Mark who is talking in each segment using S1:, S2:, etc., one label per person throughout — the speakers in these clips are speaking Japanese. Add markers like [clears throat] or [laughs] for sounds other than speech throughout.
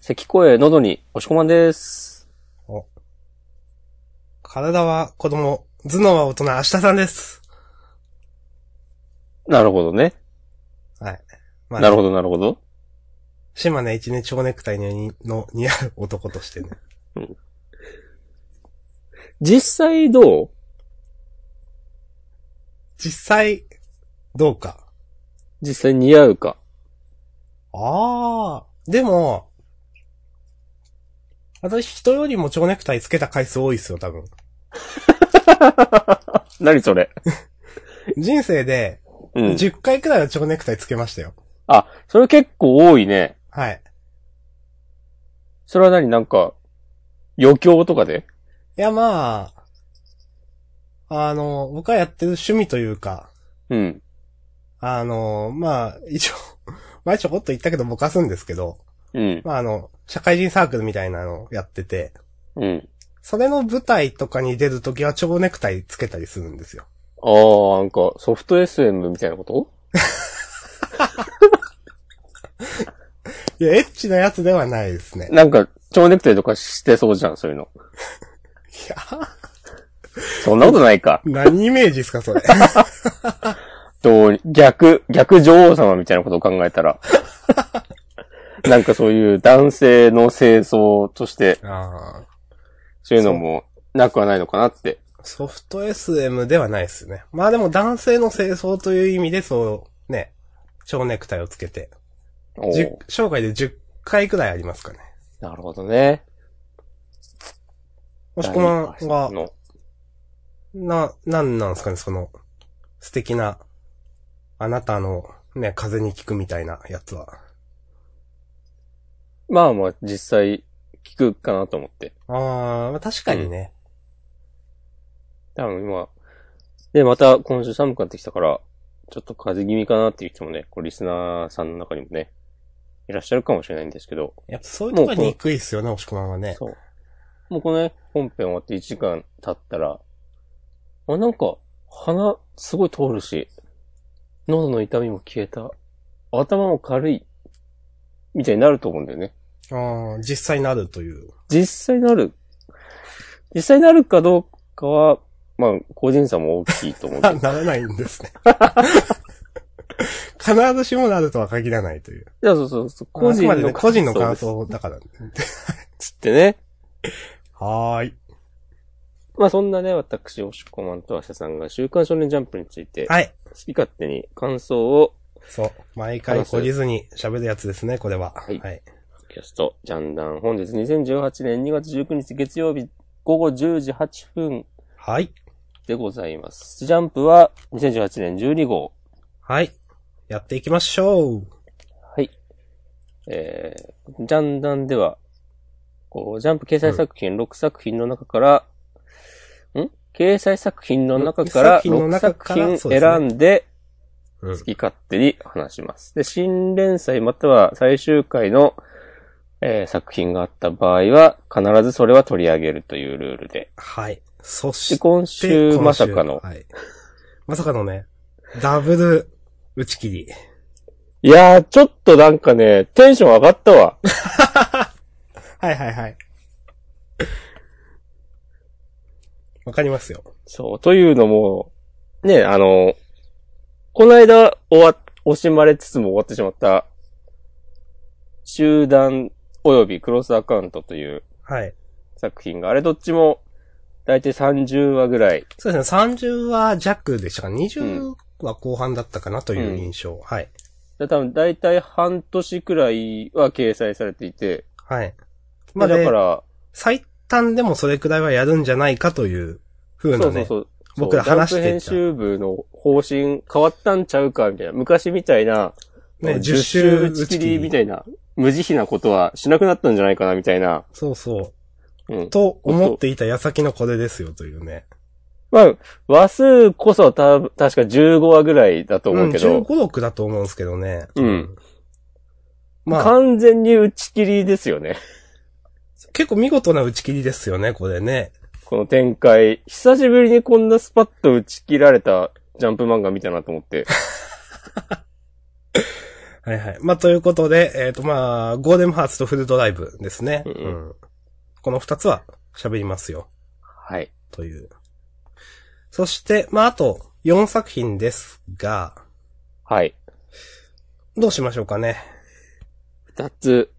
S1: 咳声、喉に押し込まんです。
S2: 体は子供、頭脳は大人、明日さんです。
S1: なるほどね。
S2: まあ、
S1: なるほど、なるほど。
S2: 島根一年蝶ネクタイにの似合う男としてね。
S1: 実際どう
S2: 実際、どうか。
S1: 実際似合うか。
S2: ああ。でも、私人よりも蝶ネクタイつけた回数多いっすよ、多分。
S1: 何それ
S2: 人生で、
S1: うん。
S2: 10回くらいは蝶ネクタイつけましたよ。
S1: あ、それ結構多いね。
S2: はい。
S1: それは何なんか、余興とかで
S2: いや、まあ、あの、僕はやってる趣味というか、
S1: うん。
S2: あの、まあ、一応、 [laughs] 前ちょこっと言ったけどぼかすんですけど、
S1: うん。
S2: まあ、あの、社会人サークルみたいなのをやってて、
S1: うん。
S2: それの舞台とかに出るときは蝶ネクタイつけたりするんですよ。
S1: あー、なんか、ソフト SM みたいなこと
S2: いや、エッチなやつではないですね。
S1: なんか、蝶ネクタイとかしてそうじゃん、そういうの。
S2: いや、
S1: そんなことない [laughs] か。
S2: 何イメージです
S1: [laughs]
S2: か、それ。
S1: どう逆、逆女王様みたいなことを考えた [laughs] ら。なんかそういう男性の清掃として、
S2: あ
S1: そういうのもなくはないのかなって。
S2: ソフト SM ではないですね。まあでも男性の清掃という意味で、そう、ね、蝶ネクタイをつけて、
S1: お
S2: 10
S1: ー
S2: 生涯で10回くらいありますかね。
S1: なるほどね。
S2: もしこまん
S1: あ
S2: は、な、なんなんですかね、その、素敵な、あなたの、ね、風に聞くみたいなやつは。
S1: まあまあ、実際、聞くかなと思って。
S2: あーまあ、確かにね。
S1: 多分今、で、また今週寒くなってきたから、ちょっと風邪気味かなっていう人もね、こうリスナーさんの中にもね、いらっしゃるかもしれないんですけど、
S2: やっぱそういうとこは憎いっすよね、押し込まんはね。
S1: そう。もうこのね、本編終わって1時間経ったら、あ、なんか、鼻すごい通るし、喉の痛みも消えた、頭も軽い、みたいになると思うんだよね。
S2: ああ、実際なるという。
S1: 実際なる、実際なるかどうかは、まあ、個人差も大きいと思うけ [laughs]
S2: あ、
S1: ど。
S2: ならないんですね。必ずしもなるとは限らないという。
S1: いや、そうそうそう、個人
S2: あくまでね
S1: の
S2: 個人の感
S1: です
S2: 想だから。
S1: つってね。
S2: はーい。
S1: まあそんなね、私、おしこまんとあしゃさんが週刊少年ジャンプについて、好
S2: はい。
S1: き勝手に感想を、
S2: そう。毎回懲りずに喋るやつですね、これは。
S1: はい
S2: はい。
S1: キャスト、ジャンダン、本日2018年2月19日月曜日午後10時8分
S2: はい。
S1: でございます。ジャンプは2018年12号。
S2: はい。やっていきましょう。
S1: はい。えー、ジャンダンでは、こう、ジャンプ掲載作品6作品の中から、ん掲載作品の中から
S2: 6作品の
S1: 6
S2: 中
S1: 作
S2: から
S1: 品
S2: そうですね
S1: 選んで、
S2: うん
S1: 好き勝手に話します。で、新連載または最終回の、えー作品があった場合は、必ずそれは取り上げるというルールで。
S2: はい。そし
S1: で、
S2: て、
S1: 今週まさかの
S2: 今週。はい。まさかのね、ダブル打ち切り。
S1: いやー、ちょっとなんかね、テンション上がったわ。 [laughs]
S2: はいはいはい。わかりますよ。
S1: そう、というのも、ね、あの、この間終わ、惜しまれつつも終わってしまった、集団及びクロスアカウントという
S2: はい。
S1: 作品が、あれどっちも、だいたい30話ぐらい
S2: そうですね、30は弱でしたか ?20 は後半だったかなという印象。はい。
S1: で、多分大体半年くらいは掲載されていて、
S2: はい。ま
S1: ま
S2: あ、
S1: あだ
S2: だ
S1: か
S2: から、
S1: ら、
S2: 最短でもそれくらいはやるんじゃないかという風なね。
S1: そうそうそう。
S2: 僕ら
S1: そう
S2: 話して
S1: ダ
S2: た
S1: ンプ編集部の方針変わったんちゃうかみたいな。昔みたいな、10
S2: ね、10
S1: 周
S2: 周
S1: 打
S2: 打
S1: ち
S2: ち
S1: 切
S2: 切
S1: り
S2: り
S1: み
S2: み
S1: た
S2: たい
S1: いな、無慈悲なことはしなくなったんじゃないかなみたいな。
S2: そうそう。
S1: うん。
S2: と思っていた矢先のこれですよというね。
S1: まあ、話数こそた、確か15話ぐらいだと思うけ
S2: ん
S1: ど、
S2: 15、6だと思うんですけどね。
S1: うん。
S2: まあ、
S1: 完全に打ち切りですよね。
S2: 結構見事な打ち切りですよね、これね。
S1: この展開。久しぶりにこんなスパッと
S2: [laughs]
S1: 打ち切られたジャンプ漫画見たなと思って。
S2: あはいはい。まあ、ということで、えっ、と、まあ、ゴーデムハーツとフルドライブですね。
S1: うんうん
S2: んこの二つは喋りますよ。
S1: はい。
S2: という。そして、まあ、あと4作品ですが、
S1: はい。
S2: どうしましょうかね。
S1: 二つ、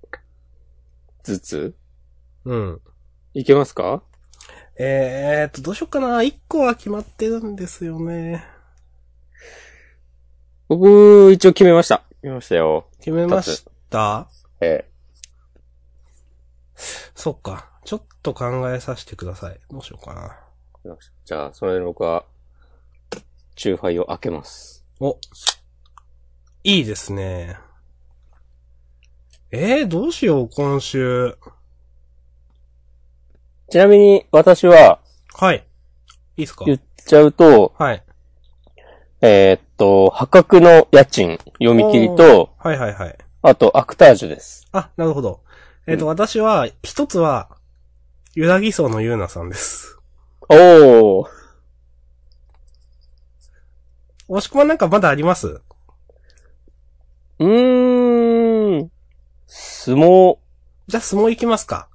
S1: ずつ、
S2: うん。
S1: いけますか
S2: えー、っと、どうしようかな。1個は決まってるんですよね。
S1: 僕、一応決めました。決めましたよ。
S2: 決めました
S1: え
S2: そっか。ちょっと考えさせてください。どうしようかな。
S1: えじゃあ、それで僕は、チューハイを開けます。
S2: お。いいですね。えー、どうしよう、今週。
S1: ちなみに、私は、
S2: はい。いいっすか
S1: 言っちゃうと、
S2: はい。
S1: えーっと、破格の家賃、読み切りと、
S2: はいはいはい。
S1: あと、アクタージュです。
S2: あ、なるほど。えっ、と、
S1: うん
S2: 私は、一つは、ゆらぎそうのゆうなさんです。
S1: おー。
S2: 押し込まなんかまだあります
S1: うーん。相撲、
S2: じゃあ相撲行きますか。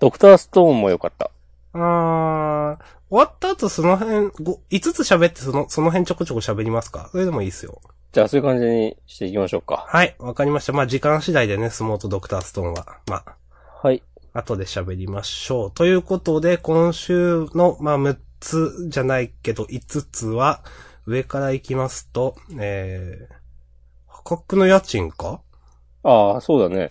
S1: ドクターストーンも良かった。
S2: あー、終わった後その辺、ご5つ喋ってその、その辺ちょこちょこ喋りますかそれでもいいですよ。
S1: じゃあ、そういう感じにしていきましょうか。
S2: はい、わかりました。まあ時間次第でね、相撲とドクターストーンは。まあ、
S1: はい。
S2: 後で喋りましょう。ということで、今週の、まあ、6つじゃないけど、5つは、上から行きますと、えー、破格の家賃か
S1: ああ、そうだね。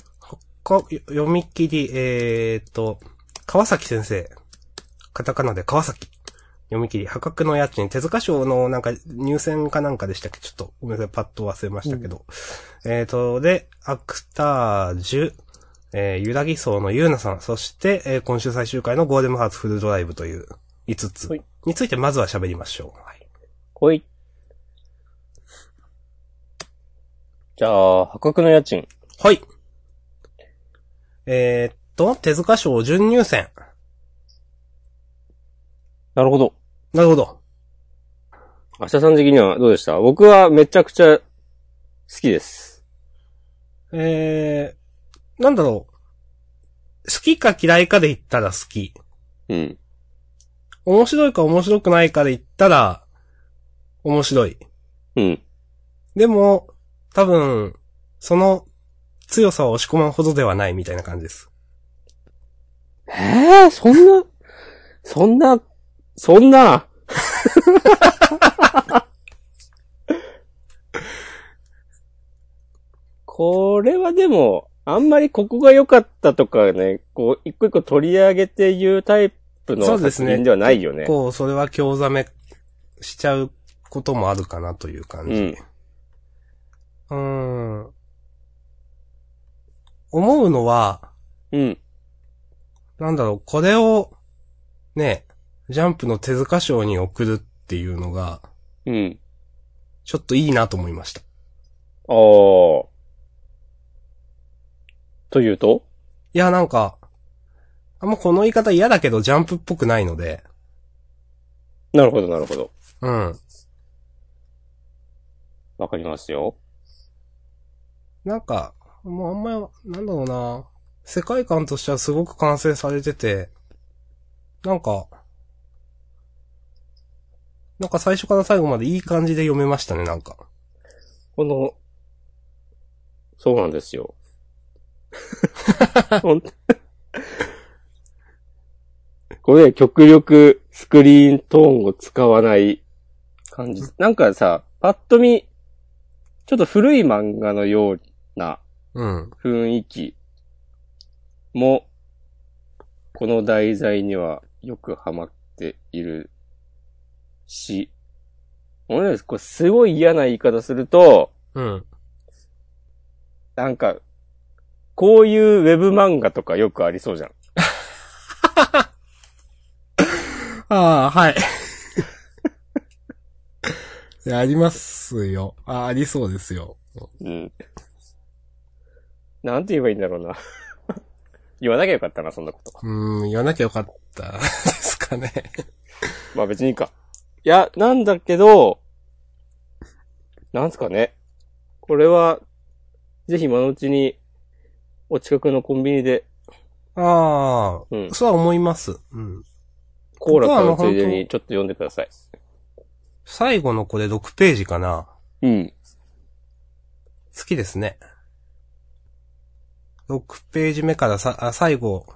S2: かよ読み切り、えーと、川崎先生。カタカナで川崎。読み切り、破格の家賃。手塚賞のなんか入選かなんかでしたっけちょっとごめんなさい、パッと忘れましたけど。えーと、で、アクタージュ、えー、ゆらぎそうのゆうなさん、そして、えー今週最終回のゴーデムハーツフルドライブという5つ
S1: はい
S2: についてまずは喋りましょう。はい。
S1: ほい。じゃあ、破格の家賃。
S2: はい。えーっと、手塚賞準入選。
S1: なるほど。
S2: なるほど。
S1: 明日さん的にはどうでした僕はめちゃくちゃ好きです。
S2: えー、なんだろう。好きか嫌いかで言ったら好き。
S1: うん。
S2: 面白いか面白くないかで言ったら、面白い。
S1: うん。
S2: でも、多分、その強さを押し込まんほどではないみたいな感じです。
S1: ええそんな、そんな、そんな、これはでも、あんまりここが良かったとかね、こう、一個一個取り上げて言うタイプの
S2: そうです
S1: 作
S2: ね
S1: 品ではないよね。
S2: こう、それは興ざめしちゃうこともあるかなという感じ。うん。ん。思うのは、
S1: うん。
S2: なんだろう、これを、ね、ジャンプの手塚賞に送るっていうのが、
S1: うん。
S2: ちょっといいなと思いました。
S1: ああ。というと
S2: いや、なんか、あんまこの言い方嫌だけど、ジャンプっぽくないので、
S1: なるほど、なるほど。
S2: うん。
S1: わかりますよ。
S2: なんか、もうあんま、なんだろうな、世界観としてはすごく完成されてて、なんか、なんか最初から最後までいい感じで読めましたね、なんか。
S1: この、そうなんですよ。ほんこれ、極力スクリーントーンを使わない感じ。なんかさ、パッと見、ちょっと古い漫画のような
S2: うん。
S1: 雰囲気も、この題材にはよくハマっているし、俺ね、これすごい嫌な言い方すると、
S2: うん。
S1: なんか、こういうウェブ漫画とかよくありそうじゃん。
S2: ああ、はい。 [laughs] いや、ありますよ。あ、ありそうですよ。
S1: うん。なんて言えばいいんだろうな。 [laughs] 言わなきゃよかったな、そんなこと。
S2: うーん、言わなきゃよかったですかね。
S1: まあ別にいいか。いや、なんだけど、なんすかね。これは、ぜひ今のうちに、お近くのコンビニで、
S2: ああ、
S1: うん
S2: そうは思います。うん。
S1: コーラ買
S2: こ
S1: う
S2: こ
S1: つ
S2: はあの
S1: いでにちょっと読んでください。
S2: 最後のこれ6ページかな。
S1: うん。
S2: 好きですね。6ページ目からさ、あ最後、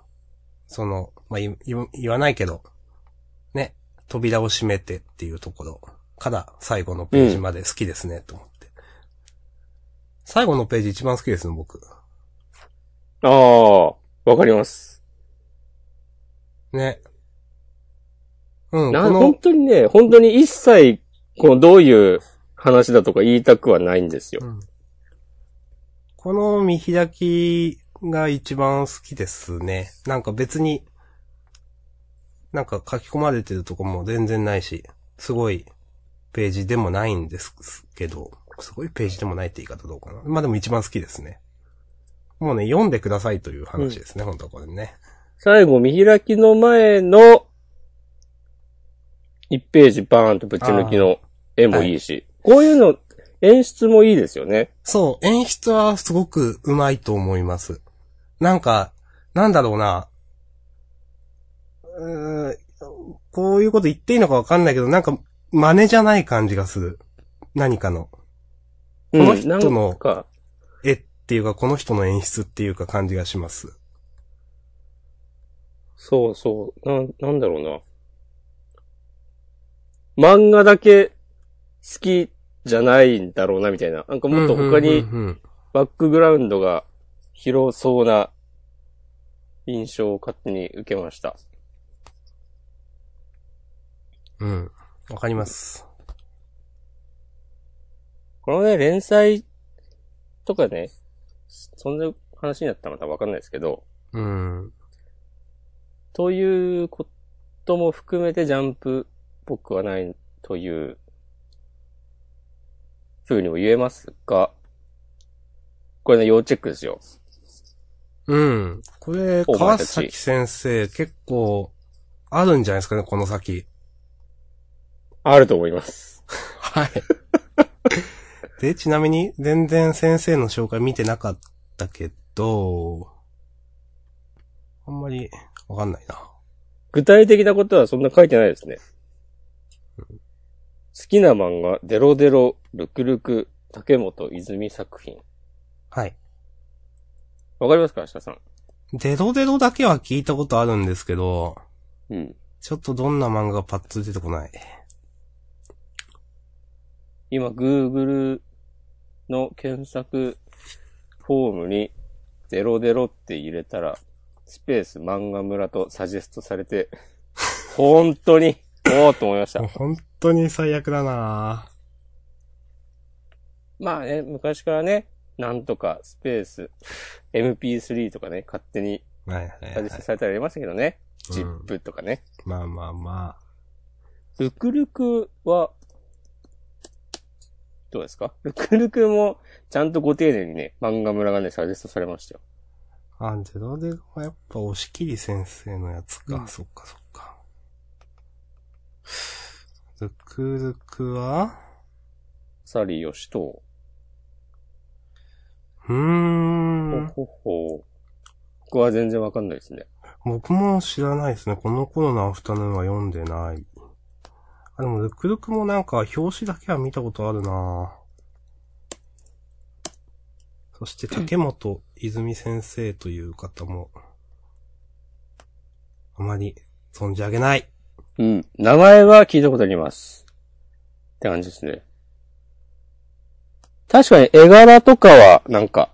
S2: その、まあ、言言言わないけど、ね、扉を閉めてっていうところから最後のページまで好きですね、と思って。最後のページ一番好きですね、僕。
S1: ああ、わかります。
S2: ね。うん、
S1: な
S2: こ
S1: 本
S2: の、
S1: 当にね、本当に一切、このどういう話だとか言いたくはないんですよ
S2: う。んこの見開きが一番好きですね。なんか別に、なんか書き込まれてるとこも全然ないし、すごいページでもないんですけど、すごいページでもないって言い方どうかな。まあでも一番好きですね。もうね、読んでくださいという話ですね、本当はこれね。
S1: 最後、見開きの前の、1ページバーンとぶち抜きの絵もいいし、こういうの、演出もいいですよね。
S2: そう、演出はすごくうまいと思います。なんか、なんだろうな。うーんこういうこと言っていいのかわかんないけど、なんか、真似じゃない感じがする。何かの。この人の
S1: うんなんか、
S2: 絵っていうか、この人の演出っていうか感じがします。
S1: そうそう、なん、なんだろうな。漫画だけ好きじゃないんだろうな、みたいな。なんかもっと他
S2: う
S1: に
S2: んうんうんうん
S1: バックグラウンドが広そうな印象を勝手に受けました。
S2: うん。わかります。
S1: このね、連載とかね、そんな話になったらまたわかんないですけど、
S2: うん。
S1: ということも含めてジャンプっぽくはないという、ふうにも言えますが、これね、要チェックですよ。
S2: うん。これ、
S1: お前
S2: 川
S1: たち
S2: 崎先生、結構、あるんじゃないですかね、この先。
S1: あると思います。
S2: はい。 [laughs] で、ちなみに、全然先生の紹介見てなかったけど、あんまりわかんないな。
S1: 具体的なことはそんな書いてないですね。好きな漫画、デロデロ、ルクルク、竹本泉作品。
S2: はい。
S1: わかりますか明日さん。
S2: デロデロだけは聞いたことあるんですけど、
S1: うん。
S2: ちょっとどんな漫画がパッと出てこない。
S1: 今、Google の検索フォームに、デロデロって入れたら、スペース漫画村とサジェストされて、本当に、おーっと思いました
S2: もう。本当に最悪だな
S1: まあね、昔からね、なんとかスペース、MP3 とかね、勝手に
S2: ぁはいはい
S1: サ
S2: は
S1: ジェ
S2: い
S1: ストされたりありましたけどね。
S2: うん
S1: ジップとかね。
S2: まあまあまあ。
S1: ルクルクは、どうですかルクルクも、ちゃんとご丁寧にね、漫画村がね、サジェストされましたよ。
S2: あ、デロデロはやっぱ押切先生のやつか。
S1: うん
S2: そっかそっか。ルクルクは
S1: サリー吉と、
S2: うーん。
S1: ほほほ。僕は全然わかんないですね。
S2: 僕も知らないですね。この頃のアフタヌーンは読んでない。あ、でも、ルクルクもなんか、表紙だけは見たことあるなぁそして、竹本泉先生という方も、あまり存じ上げない。
S1: うん。名前は聞いたことあります。って感じですね。確かに絵柄とかは、なんか、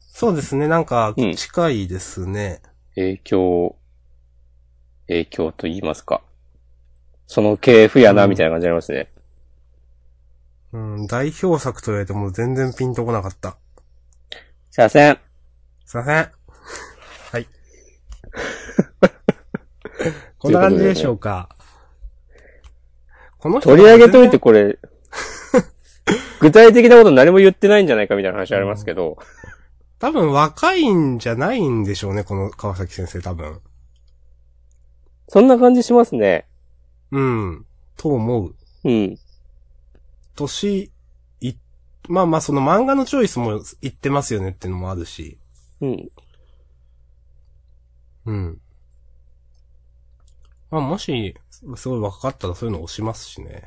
S2: そうですね。なんか
S1: うん、
S2: 近いですね。
S1: 影響、影響と言いますか。その系譜やな、
S2: うん
S1: みたいな感じになりますね。
S2: うん、代表作と言われても全然ピンとこなかった。
S1: すいません。
S2: すいません。
S1: [laughs]
S2: はい。こんな感じでしょうか。この人
S1: 取り上げといてこれ、具体的なこと何も言ってないんじゃないかみたいな話ありますけど、
S2: 多分若いんじゃないんでしょうね、この川崎先生多分。
S1: そんな感じしますね。
S2: うん。と思う。
S1: うん。
S2: 年い、まあまあその漫画のチョイスも言ってますよねっていうのもあるし。
S1: うん。
S2: うん。まあもし、すごい若かったらそういうの押しますしね。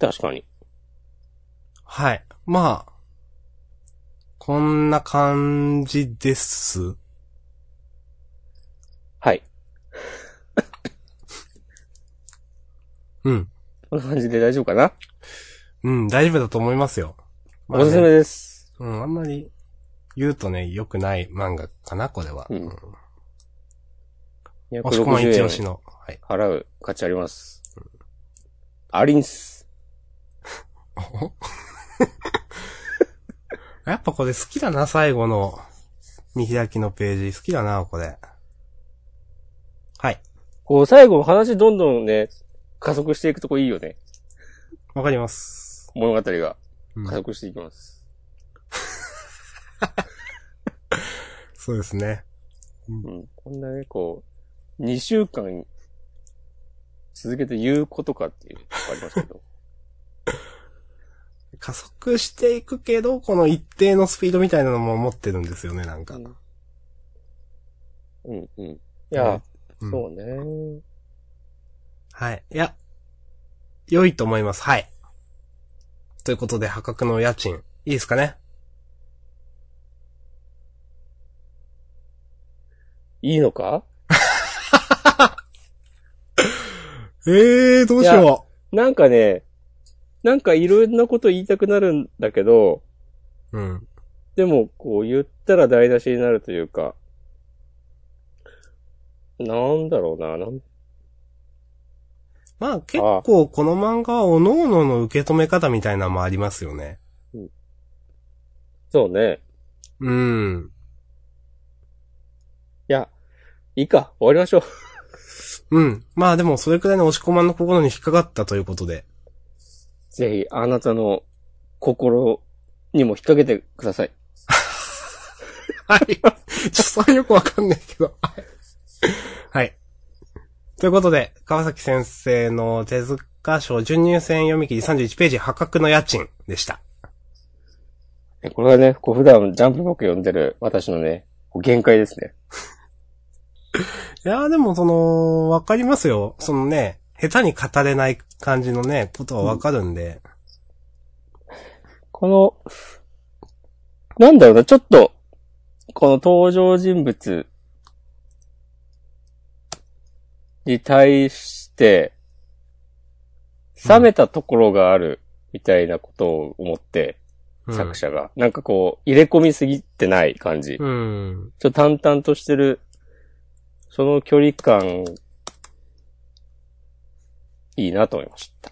S1: 確かに。
S2: はい。まあ、こんな感じです。
S1: はい。
S2: うん。
S1: こんな感じで大丈夫かな、
S2: うん、大丈夫だと思いますよ。まあね
S1: おすすめです。
S2: うん、あんまり言うとね、良くない漫画かな、これは。
S1: うん
S2: 押し込まん一押
S1: 260
S2: し
S1: 円
S2: の。はい。
S1: 払う価値あります。ありんす。
S2: やっぱこれ好きだな、最後の見開きのページ。好きだな、これ。はい。
S1: こう、最後話どんどんね、加速していくとこいいよね。
S2: わかります。
S1: 物語が
S2: うん
S1: 加速していきます。
S2: そうですね。
S1: うん。こんなね、こう、2週間続けて言うことかっていうのがありましたけど。
S2: 加速していくけど、この一定のスピードみたいなのも持ってるんですよね、 [laughs] なんか。
S1: うん、うん。いや、
S2: うん
S1: そうね。
S2: はい。いや、良いと思います。はい。ということで、破格の家賃、いいですかね
S1: いいのか
S2: ええー、どう
S1: しよう
S2: う。
S1: なんかね、なんかいろんなこと言いたくなるんだけど、
S2: うん。
S1: でも、こう言ったら台無しになるというか、なんだろうな、なん、
S2: まあ結構この漫画は各々の受け止め方みたいなのもありますよね。
S1: そうね。
S2: うん。
S1: いや、いいか、終わりましょう。
S2: うん。まあでもそれくらいの押し込まんの心に引っかかったということで。
S1: ぜひ、あなたの心にも引っ掛けてください。
S2: はい。ちょ [laughs] っとそれよくわかんないけど。はい。ということで、川崎先生の手塚賞準入選読み切り31ページ破格の家賃でした。
S1: えこれはね、こう普段ジャンプ僕読んでる私のね、こう限界ですね。
S2: いやーでもその、わかりますよ。そのね、下手に語れない感じのね、ことはわかるんで。
S1: この、なんだろうな、ちょっと、この登場人物に対して、冷めたところがあるみたいなことを思って、
S2: うん
S1: 作者が。なんかこう、入れ込みすぎてない感じ。
S2: うん。
S1: ちょっと淡々としてる、その距離感、いいなと思いました。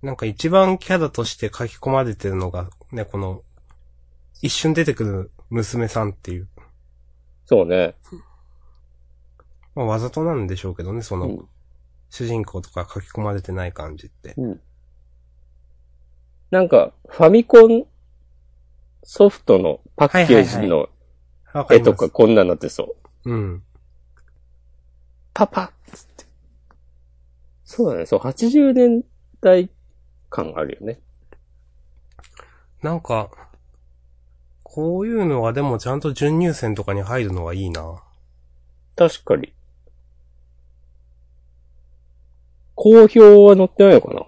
S2: なんか一番キャラとして書き込まれてるのが、ね、この、一瞬出てくる娘さんっていう。
S1: そうね。
S2: まあ、わざとなんでしょうけどね、そうの、
S1: ん。
S2: 主人公とか書き込まれてない感じって。
S1: うん。なんか、ファミコンソフトのパッケージの
S2: わか
S1: 絵
S2: ります。
S1: とかこんなんなってそう。
S2: うん。
S1: パパッつって。そうだね。そう、80年代感あるよね。
S2: なんか、こういうのはでもちゃんと準入選とかに入るのはいいな。
S1: 確かに。好評は載ってないのかな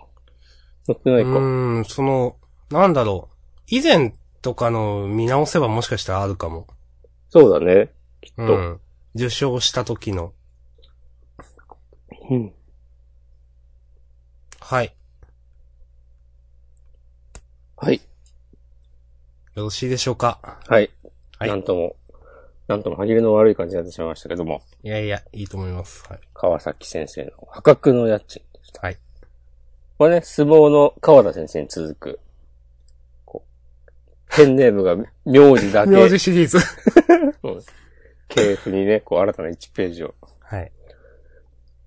S1: 載ってな
S2: う
S1: いか。
S2: ーん、その、なんだろう。以前とかの見直せばもしかしたらあるかも。
S1: そうだね。きっ
S2: う
S1: と。
S2: ん。受賞した時の。
S1: うん。
S2: はい。
S1: はい。
S2: よろしいでしょうか。
S1: はい。
S2: はい
S1: なんとも、なんとも歯切れの悪い感じになってしまいましたけども、
S2: いやいや、いいと思います。はい。
S1: 川崎先生の破格の家賃でした。
S2: はい。
S1: これね、相撲の川田先生に続く、こう、ペンネームが名字だけ、
S2: 名字シリーズ。
S1: 系譜にね、こう新たな1ページを
S2: はい。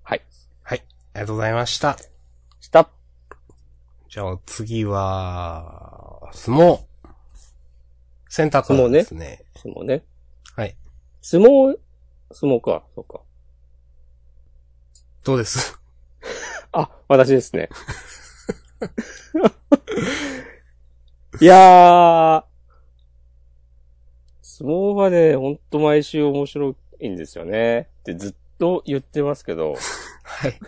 S1: はい。
S2: はい。ありがとうございました。
S1: した。
S2: じゃあ次は、相撲。センターからですね。
S1: 相撲ね。
S2: はい。
S1: 相撲、相撲か、そうか。
S2: どうです [laughs]
S1: あ、私ですね。 [laughs] いやー、相撲はね、ほんと毎週面白いんですよね。ってずっと言ってますけど、
S2: はい。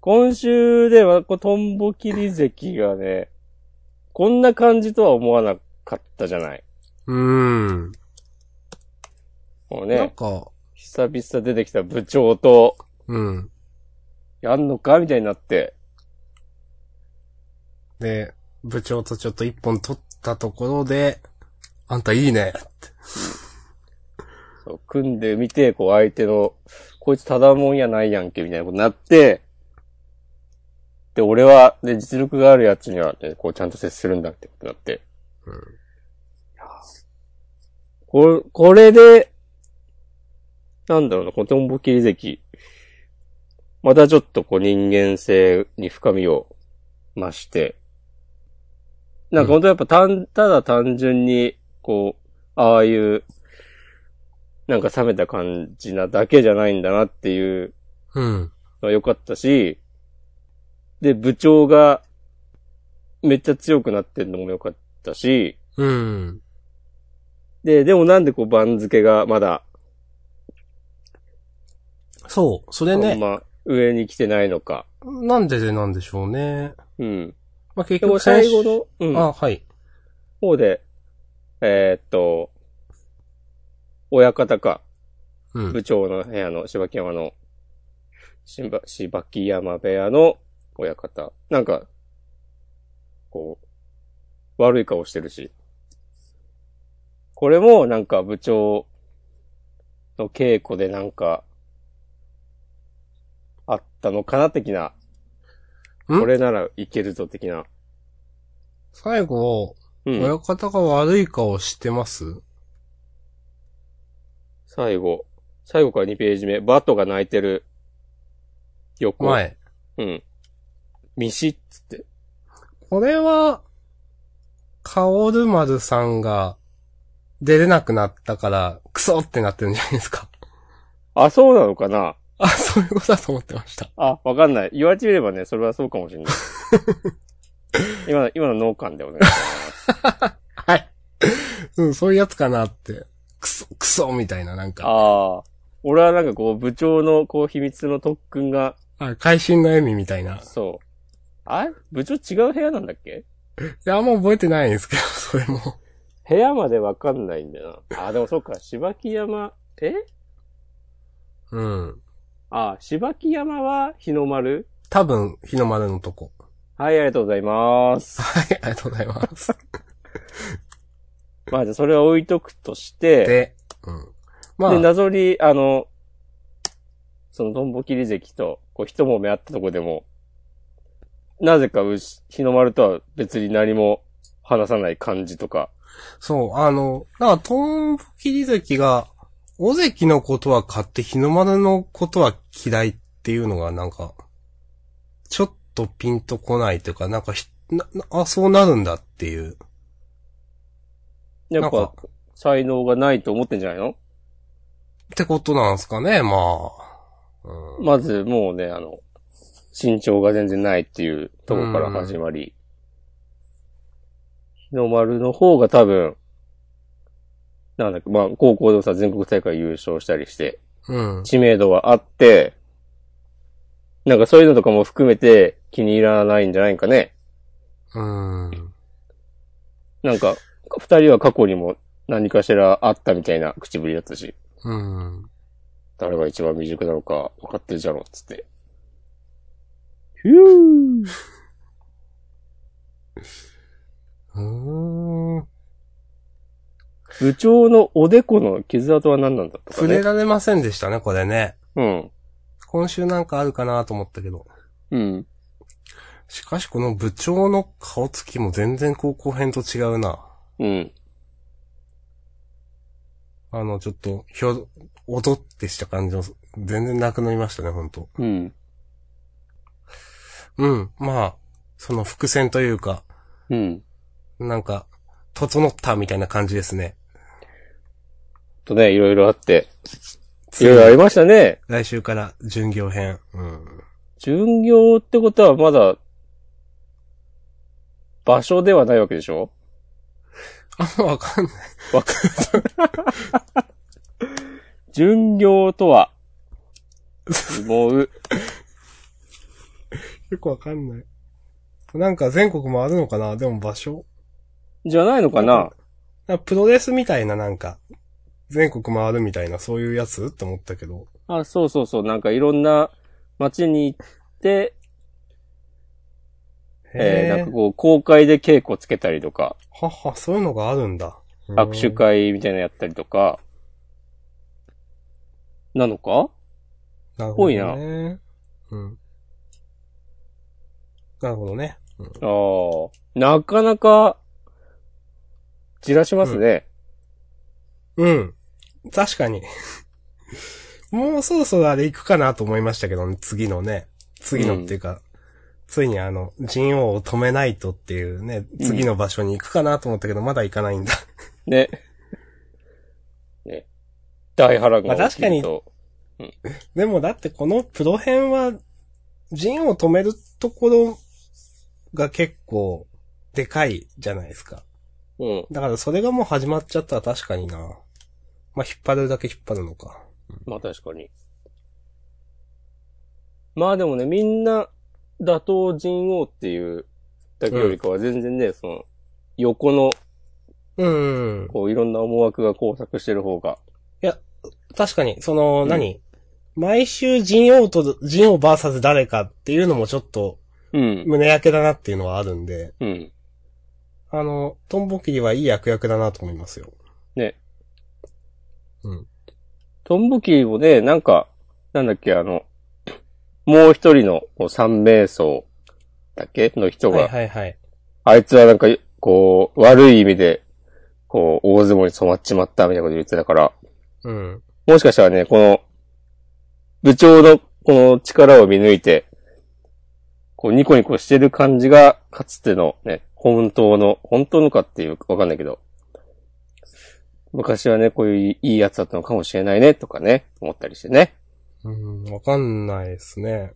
S1: 今週では、こうトンボ切り関がね、こんな感じとは思わなかったじゃない。
S2: うーん。
S1: もう
S2: なん
S1: ね、
S2: か、
S1: 久々出てきた部長と、
S2: うん。
S1: やんのかみたいになって、
S2: で、部長とちょっと一本取ったところで、あんたいいね。
S1: そう組んでみて、こう相手の、こいつただもんやないやんけ、みたいなことになって、で、俺は、で、実力があるやつには、ね、こうちゃんと接するんだってことになって。
S2: うん
S1: これ、これで、なんだろうな、このトンボ切り関。またちょっとこう人間性に深みを増して、なんか本当やっぱたん、ただ単純に、こう、ああいう、なんか冷めた感じなだけじゃないんだなっていう
S2: うん。
S1: のは良かったし、で、部長がめっちゃ強くなってんのも良かったし、
S2: うん。
S1: で、でもなんでこう番付がまだ、
S2: そう。それね、
S1: まあ、上に来てないのか。
S2: なんででなんでしょうね。
S1: うん。
S2: まあ、結
S1: でも
S2: 局
S1: 最後
S2: 先
S1: の、う
S2: 週
S1: ん、
S2: あ、はい。
S1: 方で、えーっと、親方か、
S2: うん。
S1: 部長の部屋の、柴木山の、柴柴木山部屋の親方。なんか、こう、悪い顔してるし。これもなんか部長の稽古でなんか、あったのかな的な。
S2: ん
S1: これならいけるぞ的な。
S2: 最後、
S1: うん。
S2: 親方が悪い顔してます
S1: 最後。最後から2ページ目。バットが泣いてる。横。
S2: 前。
S1: うん。ミシッつって。
S2: これは、カオルマルさんが出れなくなったから、クソってなってるんじゃないですか。
S1: あ、そうなのかな
S2: あ、そういうことだと思ってました。
S1: あ、わかんない。言われてみればね、それはそうかもしれ [laughs] ない。今の、今の脳幹でお願いします。
S2: はい。うん、そういうやつかなって。クソ、クソみたいな、なんか。
S1: ああ。俺はなんかこう、部長のこう、秘密の特訓が、
S2: あ、会心の笑みみたいな。い
S1: そう。あれ部長違う部屋なんだっけ
S2: や、もう覚えてないんですけど、 [laughs] それも。
S1: 部屋までわかんないんだよな。あ、でもそうか、芝木山、え
S2: うん。
S1: あ、芝木山は日の丸
S2: 多分、日の丸のとこ。 [laughs]
S1: はい、ありがとうございます。
S2: はい、ありがとうございます。
S1: まあじゃあそれは置いとくとして、
S2: で、うん。ま
S1: で、
S2: あ、
S1: 謎に、あの、その、どんぼきり関と、こう、一目目あったとこでも、なぜか、うし、日の丸とは別に何も話さない感じとか。
S2: そう、あの、なんか、トンボキリ関が、尾関のことは買って日の丸のことは嫌いっていうのが、なんか、ちょっとピンとこないというか、なんかひななあ、そうなるんだっていう。
S1: や
S2: な
S1: っ
S2: んか
S1: ぱ、才能がないと思ってんじゃないの
S2: ってことなんですかね、まあ。うん、
S1: まず、もうね、あの、身長が全然ないっていうとこから始まり、日の丸の方が多分、なんだっけ、まあ、高校でもさ、全国大会優勝したりして、
S2: うん。
S1: 知名度はあって、なんかそういうのとかも含めて気に入らないんじゃないかね。
S2: うん。
S1: なんか、二人は過去にも何かしらあったみたいな口ぶりだったし、
S2: うん。
S1: 誰が一番未熟なのか分かってるじゃろう、つって。ひゅー
S2: うん。
S1: 部長のおでこの傷跡は何なんだとか
S2: 触れ
S1: ね。
S2: られませんでしたね、これね。
S1: うん。
S2: 今週なんかあるかなと思ったけど。
S1: うん。
S2: しかしこの部長の顔つきも全然高校編と違うな。
S1: うん。
S2: あの、ちょっと、ひょ、踊ってした感じも、全然なくなりましたね、ほんと。
S1: うん。
S2: うん、まあ、その伏線というか、
S1: うん。
S2: なんか、整ったみたいな感じですね。
S1: とね、いろいろあって。い
S2: 次
S1: ろいろありましたね。
S2: 来週から、巡業編。うん。
S1: 巡業ってことはまだ、場所ではないわけでしょ
S2: あんまわかんない。
S1: わか [laughs] 巡業と [laughs] は、思う。
S2: よくわかんない。なんか全国もあるのかなでも場所
S1: じゃないのかな
S2: なんかプロレスみたいななんか、全国回るみたいな、そういうやつって思ったけど。
S1: あ、そうそうそう。なんかいろんな街に行って、えー、なんかこう、公開で稽古つけたりとか、
S2: はっは、そういうのがあるんだ。
S1: 握手
S2: うん。
S1: 会みたいなのやったりとか、なのか
S2: なるほど、
S1: 多
S2: ね。
S1: い
S2: うん。なるほどね。うん
S1: ああ、なかなか、じらしますね。
S2: うん。確かに。 [laughs] もうそろそろあれ行くかなと思いましたけどね、次のね。次のっていうか、ついにあの、人王を止めないとっていうね、次の場所に行くかなと思ったけど、まだ行かないんだ。
S1: ね。ね。大波乱が起きると。
S2: でもだってこのプロ編は、人を止めるところが結構、でかいじゃないですか。
S1: うん。
S2: だからそれがもう始まっちゃったら確かにな。まあ、引っ張るだけ引っ張るのか。
S1: まあ確かに。まあでもね、みんな、打倒人王っていうだけよりかは全然ね、その、横の、
S2: うん。
S1: こう、いろんな思惑が交錯してる方が。
S2: 確かに、その、
S1: うん
S2: 何毎週人王と、人王バーサス誰かっていうのもちょっと
S1: うん。
S2: 胸焼けだなっていうのはあるんで、
S1: うん。
S2: あの、トンボキリはいい役役だなと思いますよ。
S1: ね。
S2: うん。
S1: トンボキーもね、なんか、なんだっけ、あの、もう一人のこう三名僧だっけの人が、
S2: はいはいはい。
S1: あいつはなんか、こう、悪い意味で、こう、大相撲に染まっちまったみたいなこと言ってたから、
S2: うん。
S1: もしかしたらね、この、部長のこの力を見抜いて、こうニコニコしてる感じが、かつてのね、本当の、本当のかっていうかわかんないけど、昔はね、こういういいやつだったのかもしれないね、とかね、思ったりしてね。
S2: うん、わかんないですね。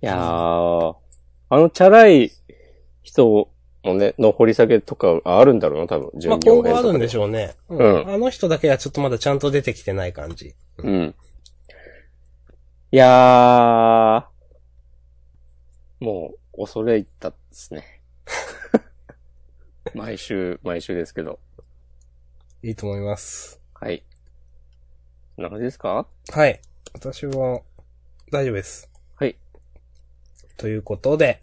S1: いやー、あのチャラい人のね、の掘り下げとかあるんだろうな、多分、
S2: まあ、
S1: 巡
S2: 今
S1: 業
S2: 後
S1: 編
S2: あ
S1: と
S2: る
S1: か
S2: ん
S1: で
S2: でしょうね。うん
S1: うん
S2: あの人だけはちょっとまだちゃんと出てきてない感じ。
S1: うん。いやー、もう、恐れ入ったです [laughs] ね。毎週、毎週ですけど。
S2: いいと思います。
S1: はい。こんな感じですか
S2: はい。私は、大丈夫です。
S1: はい。
S2: ということで、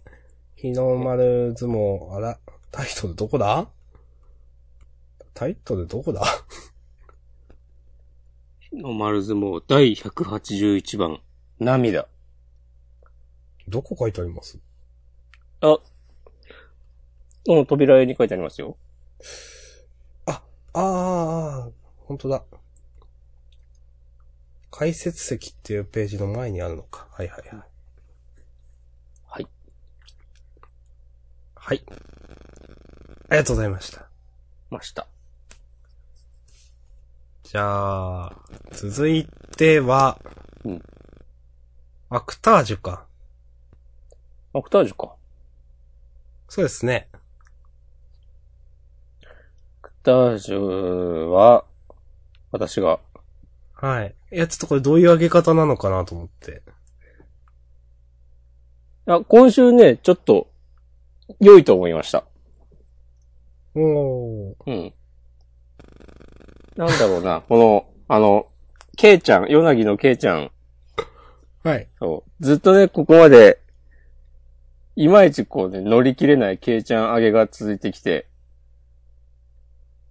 S2: 日の丸相撲、あら、タイトルどこだタイトルどこだ
S1: の丸相撲第181番、涙。
S2: どこ書いてあります
S1: この扉絵に書いてありますよ。
S2: あー、本当だ。解説席っていうページの前にあるのか。はいはいはい。
S1: はい。
S2: はい。ありがとうございました。
S1: ました。
S2: じゃあ、続いては、
S1: うん
S2: アクタージュか。
S1: アクタージュか。
S2: そうですね。
S1: アクタージュは、私が、
S2: はい。いや、ちょっとこれどういう上げ方なのかなと思って。
S1: あ、今週ね、ちょっと、良いと思いました。
S2: おー。
S1: うん。なんだろうな、 [laughs] この、あの、ケイちゃん、ヨナギのケイちゃん
S2: はい。
S1: を、ずっとね、ここまで、いまいちこうね、乗り切れないケイちゃん上げが続いてきて、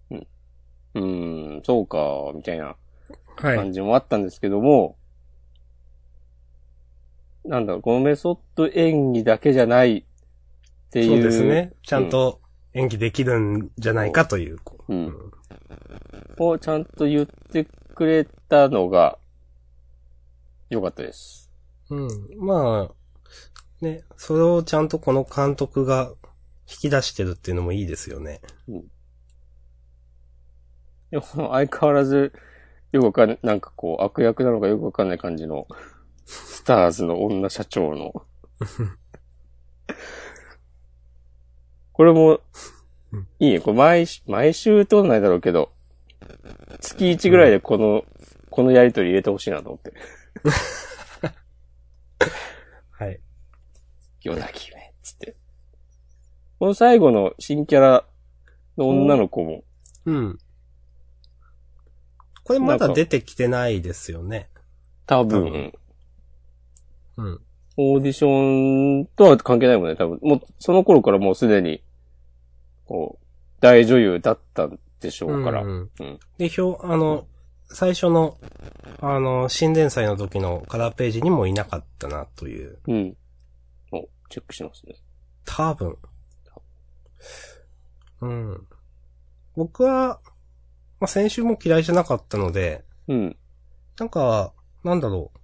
S1: うん、うーん、そうか、みたいな
S2: は
S1: 感じもあったんですけども、なんだろう、このメソッド演技だけじゃないって
S2: い。
S1: いう。
S2: そうですね。ちゃんと演技できるんじゃないかという。こ
S1: う。
S2: うん
S1: をちゃんと言ってくれたのが、良かったです。
S2: うん。まあ、ね、それをちゃんとこの監督が引き出してるっていうのもいいですよね。
S1: でも相変わらず、よくわかんない、なんかこう、悪役なのかよくわかんない感じの、
S2: [laughs]
S1: スターズの女社長の、これも
S2: うん、
S1: いいね。これ毎週、毎週ってことないだろうけど、月1ぐらいでこの、このやりとり入れてほしいなと思って。
S2: はい。
S1: 夜泣き夢、つって。この最後の新キャラの女の子も、
S2: うん。これまだ出てきてないですよね。
S1: 多
S2: 多
S1: 分
S2: 分、うん。
S1: オーディションとは関係ないもんね、多分。もう、その頃からもうすでに、こう、大女優だったんでしょうから。
S2: うんうん
S1: うん
S2: で、表、あの、最初の、あの、新伝祭の時のカラーページにもいなかったな、という。
S1: うん。お、チェックしますね。
S2: 多分。うん。僕は、まあ、先週も嫌いじゃなかったので、
S1: うん。
S2: なんか、なんだろう。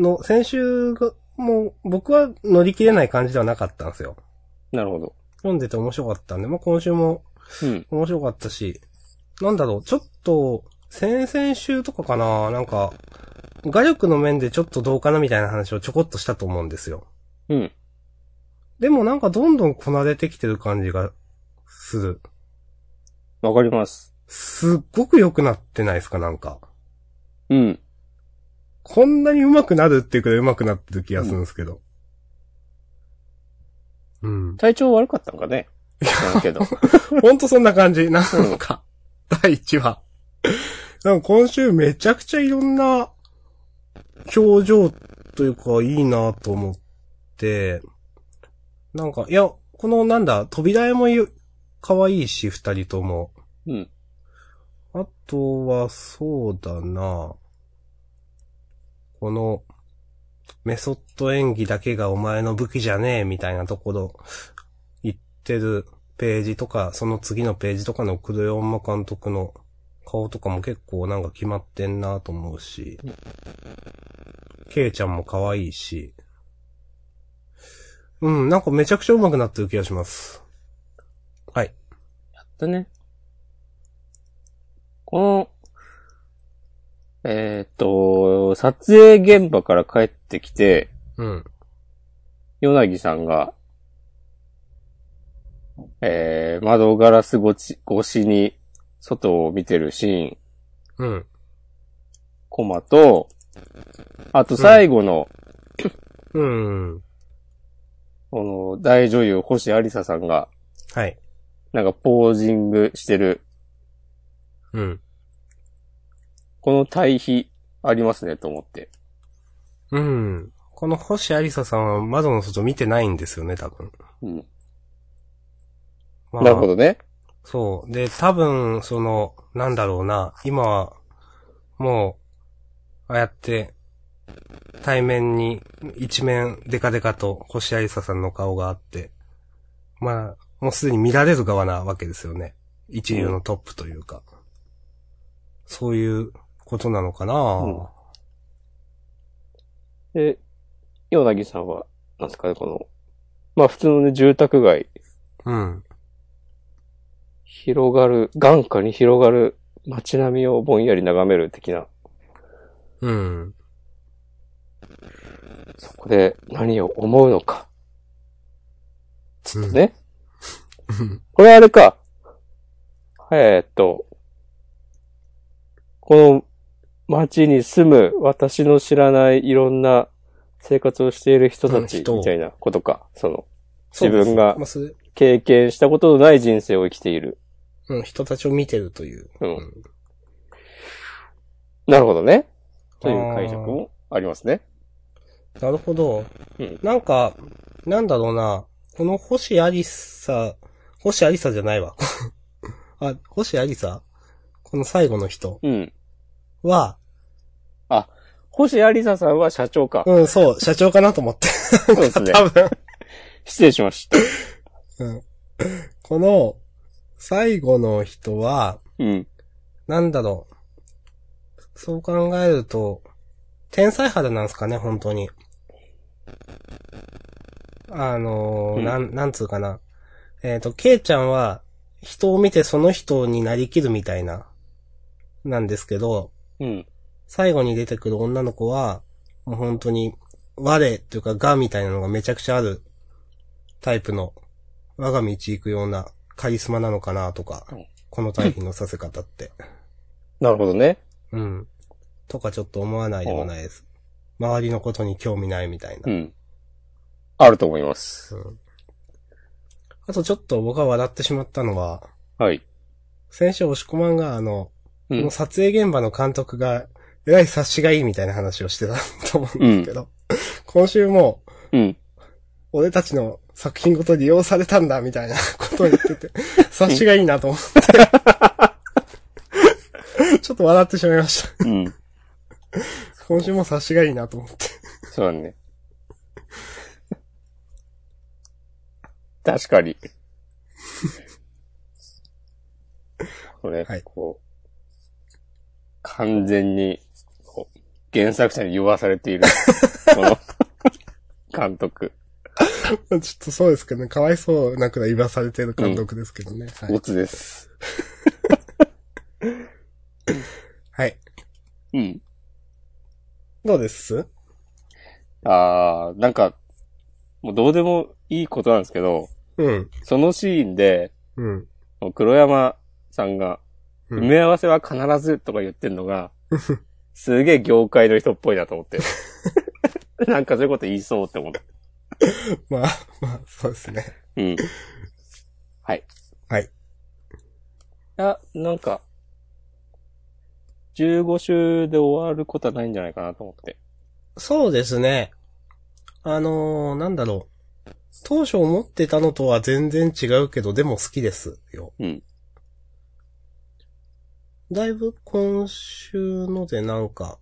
S2: の、先週が、もう、僕は乗り切れない感じではなかったんですよ。
S1: なるほど。
S2: 読んでて面白かったんで、まあ、今週も
S1: うん。
S2: 面白かったし、なんだろう、ちょっと、先々週とかかな、なんか、画力の面でちょっとどうかなみたいな話をちょこっとしたと思うんですよ。
S1: うん。
S2: でもなんかどんどんこなれてきてる感じがする。
S1: わかります。
S2: すっごく良くなってないですか、なんか。
S1: うん。
S2: こんなに上手くなるっていうくらい上手くなってる気がするんですけど。うん。
S1: 体調悪かったんかね。だけど。
S2: ほんとそんな感じ。なんか、第1話。なんか今週めちゃくちゃいろんな表情というかいいなと思って、なんか、いや、このなんだ、扉絵もいい可愛いし、二人とも。
S1: うん。
S2: あとは、そうだなこの、メソッド演技だけがお前の武器じゃねえ、みたいなところ、言ってるページとか、その次のページとかのクレヨンマ監督の顔とかも結構なんか決まってんなと思うし、ケイちゃんも可愛いし、うん、なんかめちゃくちゃ上手くなってる気がします。はい。
S1: だね。この、えーっと、撮影現場から帰ってきて、
S2: うん。
S1: ヨナギさんが、えー、窓ガラス越し越しに外を見てるシーン、
S2: うん。
S1: コマと、あと最後の、
S2: うん。
S1: この大女優星ありささんが、
S2: はい。
S1: なんかポージングしてる、
S2: うん。
S1: この対比ありますねと思って。
S2: うん。この星ありささんは窓の外見てないんですよね、多分。
S1: うん。
S2: まあ
S1: なるほどね。
S2: そう。で、多分、その、なんだろうな、今は、もう、ああやって、対面に、一面、デカデカと、星ありささんの顔があって、まあ、もうすでに見られる側なわけですよね。一流のトップというか。そういうことなのかな、
S1: んで、ヨナギさんは、なんですかね、この、まあ普通のね、住宅街、
S2: うん。
S1: 広がる、眼下に広がる街並みをぼんやり眺める的な、
S2: うん。
S1: そこで何を思うのか。つってね。これあれか。えーっと、この街に住む私の知らないいろんな生活をしている人た
S2: う
S1: ち
S2: ん人
S1: みたいなことか。その、
S2: そうです
S1: 自分が
S2: まあ、それ
S1: 経験したことのない人生を生きている。
S2: うん、人たちを見てるという。
S1: うん
S2: うん
S1: なるほどね。という解釈もありますね。
S2: なるほど。
S1: うん
S2: なんか、なんだろうな。この星ありさ、星ありさじゃないわ。 [laughs] あ、星ありさこの最後の人
S1: うん。
S2: は、
S1: 星ありささんは社長か。
S2: うん、そう、社長かなと思って。
S1: そうです [laughs] ね。
S2: [laughs] 多分。
S1: 失礼しました。
S2: うん。この、最後の人は、
S1: うん。
S2: なんだろう。そう考えると、天才肌なんですかね、本当に。あのー
S1: うん
S2: なん、なんつうかな。えっ、と、ケイちゃんは、人を見てその人になりきるみたいな、なんですけど、
S1: うん。
S2: 最後に出てくる女の子は、もう本当に、我というか、がみたいなのがめちゃくちゃあるタイプの我が道行くようなカリスマなのかなとか
S1: うん、
S2: この対比のさせ方って。
S1: なるほどね。
S2: うん。とかちょっと思わないでもないです。周りのことに興味ないみたいな
S1: う。ん。あると思います。
S2: うんあとちょっと僕が笑ってしまったのは、
S1: はい。
S2: 先週押し込まんがあの、
S1: う
S2: こ
S1: ん
S2: の。撮影現場の監督が、えらい察しがいいみたいな話をしてたと思うんですけど、今週も、
S1: うん。
S2: 俺たちの作品ごと利用されたんだみたいなことを言 [laughs] ってて、察しがいいなと思って。 [laughs] ちょっと笑ってしまいました。
S1: うん。
S2: 今週も察しがいいなと思って。
S1: そうだね。確かに。これ、
S2: はい
S1: こう、完全に、こう原作者に言わされて [laughs] いる、この、監督、
S2: [laughs] ちょっとそうですけどね、かわいそうなくらい言わされてる監督ですけどね。は
S1: オ
S2: い。
S1: ツです。
S2: はい。
S1: うん。
S2: どうです
S1: あー、なんか、もうどうでもいいことなんですけど、
S2: うん。
S1: そのシーンで、
S2: うん。
S1: 黒山さんが、
S2: うん
S1: 埋め合わせは必ずとか言ってんの
S2: [laughs]
S1: が、すげえ業界の人っぽいなと思って。 [laughs] なんかそういうこと言いそうって思って。
S2: まあ、まあ、そうですね。
S1: うん。はい。
S2: はい。
S1: あ、なんか、15週で終わることはないんじゃないかなと思って。
S2: そうですね。あのー、なんだろう。当初思ってたのとは全然違うけど、でも好きですよ。
S1: うん。
S2: だいぶ今週のでなんか、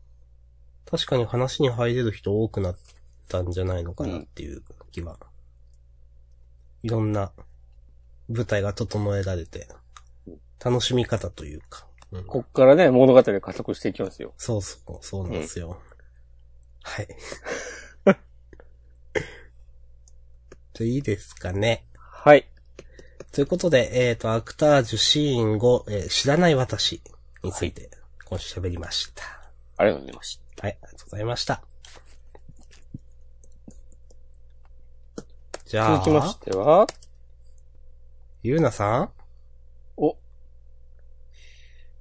S2: 確かに話に入れる人多くなったんじゃないのかなっていう気は。いろんな舞台が整えられて、楽しみ方というか。うん
S1: こっからね、物語が加速していきますよ。
S2: そうそう、そうなんですよ。
S1: [laughs]
S2: はい。といいですかね。
S1: はい。
S2: ということで、えっ、と、アクタージュシーン5、えー知らない私について、今週喋りました。
S1: ありがとうございました。
S2: はい、ありがとうございました。じゃあ、
S1: 続きましては、
S2: ゆうなさん
S1: お。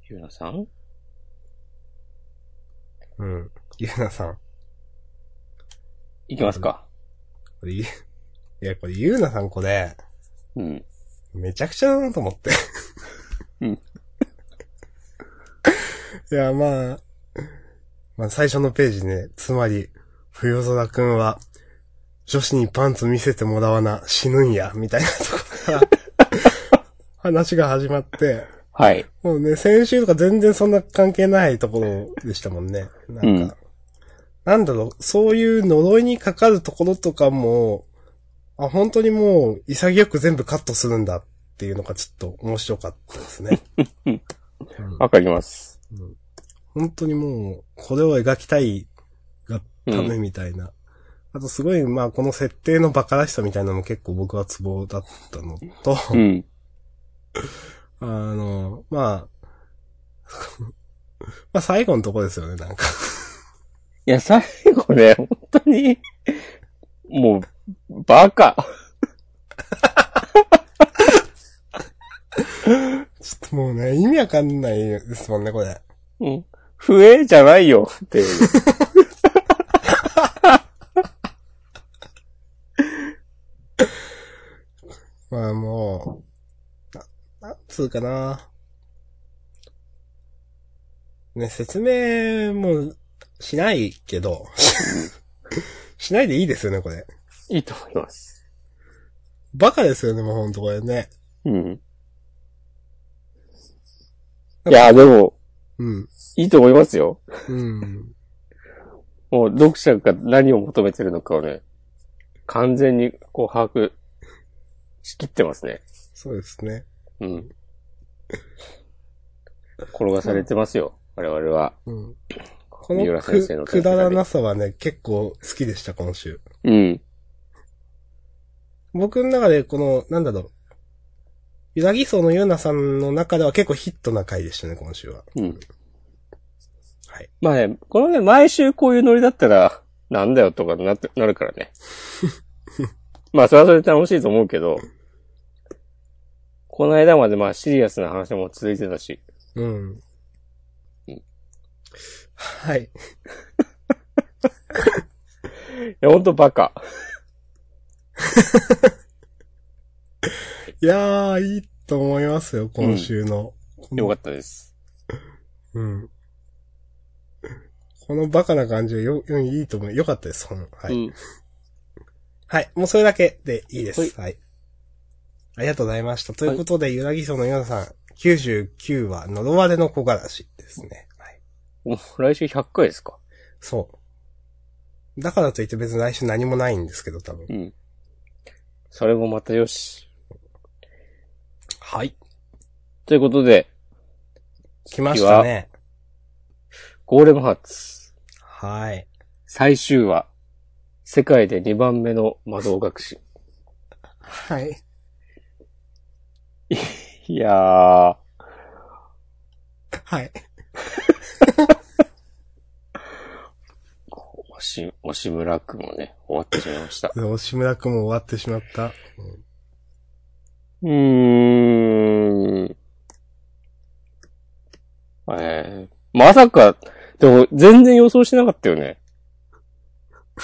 S1: ゆうなさん
S2: うん。ゆうなさん。
S1: いきますか。
S2: これ、ゆいや、これ、ゆうなさんこれ、
S1: うん。
S2: めちゃくちゃだなと思って。
S1: うん。
S2: [laughs] いや、まあ、まあ最初のページね、つまり、冬空くんは、女子にパンツ見せてもらわな、死ぬんや、みたいなとこ
S1: [laughs]
S2: から、話が始まって、
S1: はい。
S2: もうね、先週とか全然そんな関係ないところでしたもんね。なんか、
S1: うん
S2: なんだろう、そういう呪いにかかるところとかも、あ、本当にもう潔く全部カットするんだっていうのがちょっと面白かったで
S1: [laughs]
S2: すね。うん
S1: わかります。
S2: うん本当にもう、これを描きたい
S1: うん
S2: ためみたいな。あとすごい、まあ、この設定のバカらしさみたいなのも結構僕はツボだったのと、
S1: うん。
S2: あの、まあ、 [laughs] まあ最後のとこですよね、なんか。
S1: いや、最後ね、本当に、もう、バカ。
S2: ちょっともうね、意味わかんないですもんね、これ。
S1: うん。笛じゃないよっていう。
S2: まあもう、な、なんつうかな。ね、説明もしないけど、 [laughs] しないでいいですよね、これ。
S1: いいと思います。
S2: バカですよね、もうほんとこれね。
S1: うん。いや、でも、
S2: うん。
S1: いいと思いますよ。
S2: うん。
S1: もう、読者が何を求めてるのかをね、完全に、こう、把握しきってますね。
S2: そうですね。
S1: うん。転がされてますよ。我々は。
S2: うん。こ
S1: 三
S2: の
S1: 浦先生
S2: く
S1: の
S2: く
S1: 手の
S2: だ
S1: 中で
S2: らなさはね、結構好きでした、今週。
S1: うん。
S2: 僕の中でこの、なんだろう。ゆらぎそうのゆうなさんの中では結構ヒットな回でしたね、今週は。
S1: うん。
S2: はい。
S1: まあね、このね、毎週こういうノリだったら、なん [laughs] だよとかなって、なるからね。まあ、それはそれで楽しいと思うけど、この間までまあシリアスな話も続いてたし、
S2: うん。はい。
S1: いや、ほんとバカ。
S2: いやー、いいと思いますよ、今週の。
S1: よかったです。
S2: うん。このバカな感じがよ、うんいいと思う。よかったです、うんはい。
S1: うん。
S2: はい。もうそれだけでいいです。
S1: は
S2: はいい。ありがとうございました。ということで、ゆらぎそのようさん、99話、呪われの木枯らしですね。はい。
S1: もう来週100回ですか
S2: そう。だからといって別に来週何もないんですけど、多分。
S1: うん。それもまたよし。
S2: はい。
S1: ということで、
S2: 来ましたね。
S1: ゴーレムハーツ、
S2: はい。
S1: 最終話、世界で2番目の魔導学士。
S2: はい。
S1: いやー、
S2: はい。
S1: おし、おしむらくもね、終わってしまいました。
S2: 押し村くんも終わってしまった。
S1: [laughs] うーん。えー、まさか、でも全然予想してなかったよね。 [laughs]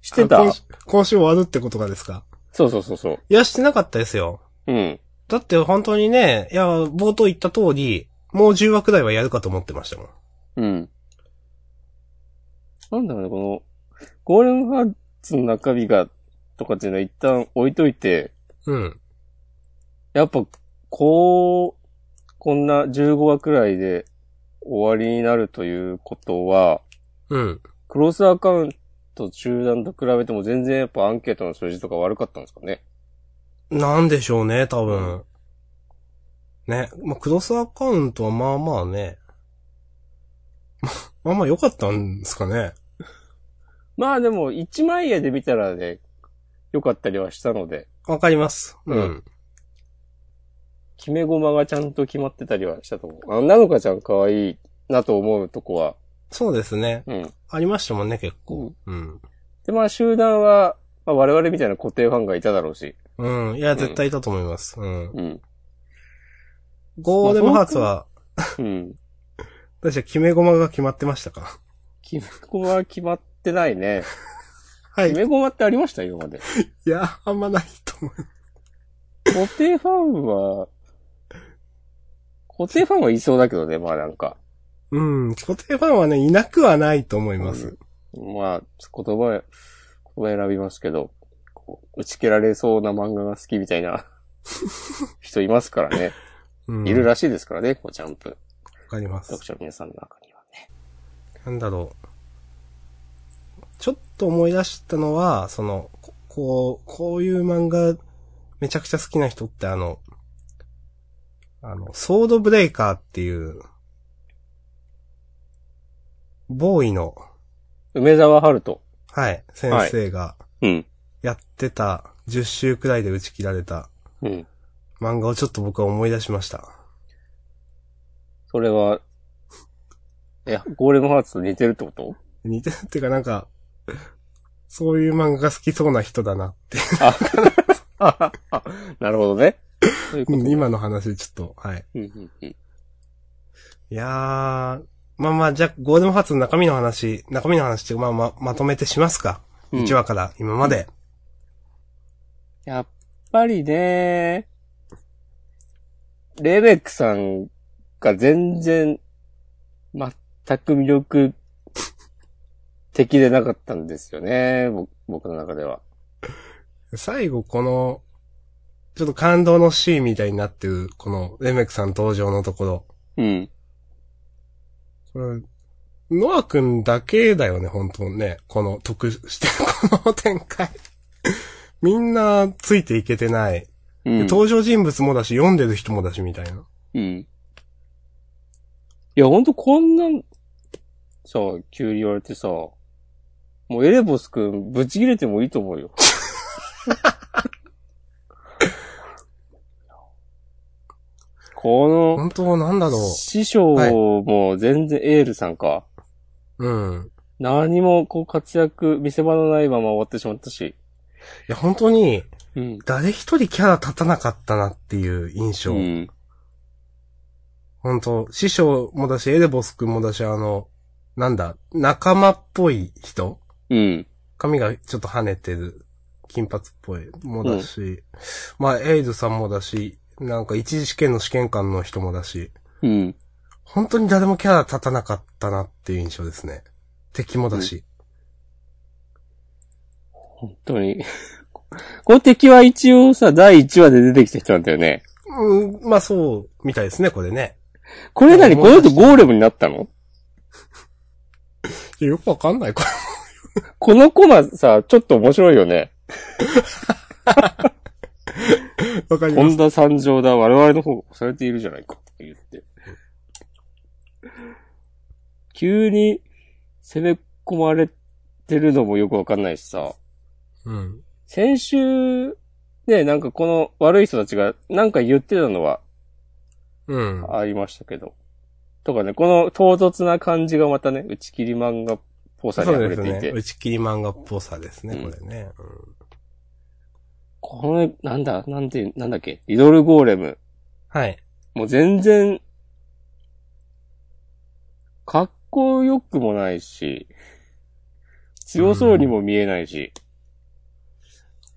S1: して
S2: あ
S1: た
S2: 今週今週終わるってことがですか
S1: そうそうそうそう。
S2: いや、してなかったですよ。
S1: うん。
S2: だって本当にね、いや、冒頭言った通り、もう10話くらいはやるかと思ってましたもん。
S1: うん。なんだろうね、この、ゴーレムハーツの中身が、とかっていうのは一旦置いといて、
S2: うん。
S1: やっぱ、こう、こんな15話くらいで終わりになるということは、
S2: うん。
S1: クロスアカウント中断と比べても全然やっぱアンケートの数字とか悪かったんですかね。
S2: なんでしょうね、多分。ね。まあ、クロスアカウントはまあまあね。まあまあ良かったんですかね。
S1: まあでも、一枚絵で見たらね、良かったりはしたので、
S2: わかります。
S1: う
S2: うん
S1: ん。決め駒がちゃんと決まってたりはしたと思う。あ、なのかちゃん可愛いなと思うとこは、
S2: そうですね。
S1: うん。
S2: ありましたもんね、結構。うん。
S1: で、まあ集団は、まあ我々みたいな固定ファンがいただろうし、
S2: うん。いや、絶対いたと思います。うん。
S1: うん。
S2: ゴーデムハーツは、
S1: うん。
S2: 確か決め駒が決まってましたか
S1: 決め駒は決まってないね。
S2: は
S1: 決
S2: い。
S1: め駒ってありました今まで。
S2: いや、あんまないと思う。
S1: 固定ファンは、固定ファンはいそうだけどね、まあなんか。
S2: うん。 [laughs] 固定ファンはね、いなくはないと思います。
S1: まあ、言葉、言葉選びますけど、こう打ち切られそうな漫画が好きみたい [laughs] な人いますからね。
S2: うん。
S1: いるらしいですからね、こうジャンプ。
S2: わかります。
S1: 読者の皆さんの中にはね。
S2: なんだろう。ちょっと思い出したのは、その、ここう、こういう漫画、めちゃくちゃ好きな人ってあの、あの、ソードブレイカーっていう、ボーイの、
S1: 梅沢春人。
S2: はい、先生が
S1: うん。
S2: やってた10週くらいで打ち切られた
S1: うん。
S2: 漫画をちょっと僕は思い出しました。
S1: それは、え、ゴーレムハーツと似てるってこと
S2: 似てるっていうかなんか、そういう漫画が好きそうな人だな。
S1: ああ [laughs] なるほどね。そういうこ
S2: う
S1: と。
S2: ん今の話ちょっと、はい。
S1: うんうんうん
S2: いやー、まあまあ、じゃあ、ゴールデンハーツの中身の話、中身の話っていうか、まあまあ、まとめてしますか。
S1: うん
S2: 1話から今まで。
S1: やっぱりね、レベックさんが全然、全く魅力的でなかったんですよね、僕僕の中では。
S2: 最後、この、ちょっと感動のシーンみたいになってる、この、レメクさん登場のところ。
S1: うん。
S2: これ、ノア君だけだよね、本当ね。この、得してる、 [laughs] この展開。みんな、ついていけてない。
S1: うん。
S2: 登場人物もだし、読んでる人もだし、みたいな。
S1: うん。いや、ほんとこんなん、さ、急に言われてさ、もうエレボスくんぶち切れてもいいと思う [laughs] よ。この、
S2: 本当なんだろ
S1: 師匠
S2: はい
S1: も全然、エールさんか。
S2: う。うん。
S1: 何もこう活躍、見せ場のないまま終わってしまったし。
S2: いや、本当に、
S1: うん。
S2: 誰一人キャラ立たなかったなっていう印
S1: う
S2: 象。
S1: ん。
S2: 本当師匠もだし、エレボス君もだし、あの、なんだ、仲間っぽい人
S1: うん。
S2: 髪がちょっと跳ねてる、金髪っぽいもだし、まあ、エイズさんもだし、なんか一次試験の試験官の人もだし、
S1: うん。
S2: 本当に誰もキャラ立たなかったなっていう印象ですね。敵もだし。
S1: 本当に。 [laughs] この敵は一応さ、第1話で出てきた人なんだよね。
S2: うん、まあそう、みたいですね、これね。
S1: これ何
S2: うん
S1: この後ゴーレムになったの
S2: いやよくわかんない、これ。
S1: このコマさ、ちょっと面白いよね。
S2: わかります
S1: 本。田三条だ、我々の方されているじゃないか、って言って。急に攻め込まれてるのもよくわかんないしさ、
S2: うん。
S1: 先週、ね、なんかこの悪い人たちがなんか言ってたのは
S2: うん。
S1: ありましたけど。とかね、この唐突な感じがまたね、打ち切り漫画っぽさに
S2: そう
S1: 溢
S2: で
S1: れ
S2: す
S1: ていて。
S2: ね。打ち切り漫画っぽさですね、
S1: うん
S2: これね。うん
S1: この、なんだ、なんて、なんだっけ、リドルゴーレム。
S2: はい。
S1: もう全然、かっこよくもないし、強そうにも見えないし、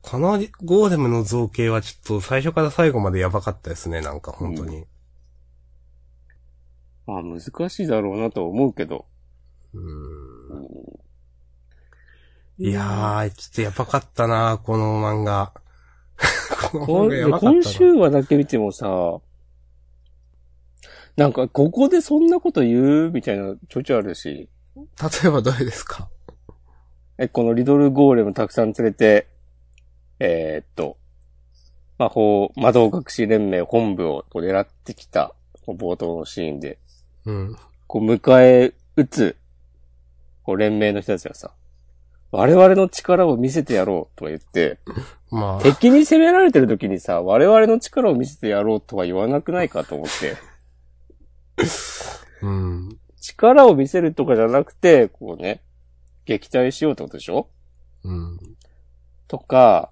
S2: このゴーレムの造形はちょっと最初から最後までやばかったですね、なんか本当に。
S1: まあ難しいだろうなとは思うけど。
S2: うんいやー、ちょっとやばかったな、この漫画。 [laughs] この
S1: こ
S2: 漫
S1: ん
S2: 画
S1: で
S2: やばかったな。
S1: 今週話だけ見てもさ、なんかここでそんなこと言うみたいなちょいちょいあるし、
S2: 例えばどれですか
S1: え、このリドルゴーレムたくさん連れて、えーっと、魔法、魔導隠し連盟本部をこう狙ってきた、こう冒頭のシーンで、
S2: うん。
S1: こう迎え撃つ、こう連盟の人たちがさ、我々の力を見せてやろうとか言って、
S2: まあ、
S1: 敵に攻められてる時にさ、我々の力を見せてやろうとは言わなくないかと思って、
S2: うん。
S1: 力を見せるとかじゃなくて、こうね、撃退しようってことでしょ
S2: うん。
S1: とか、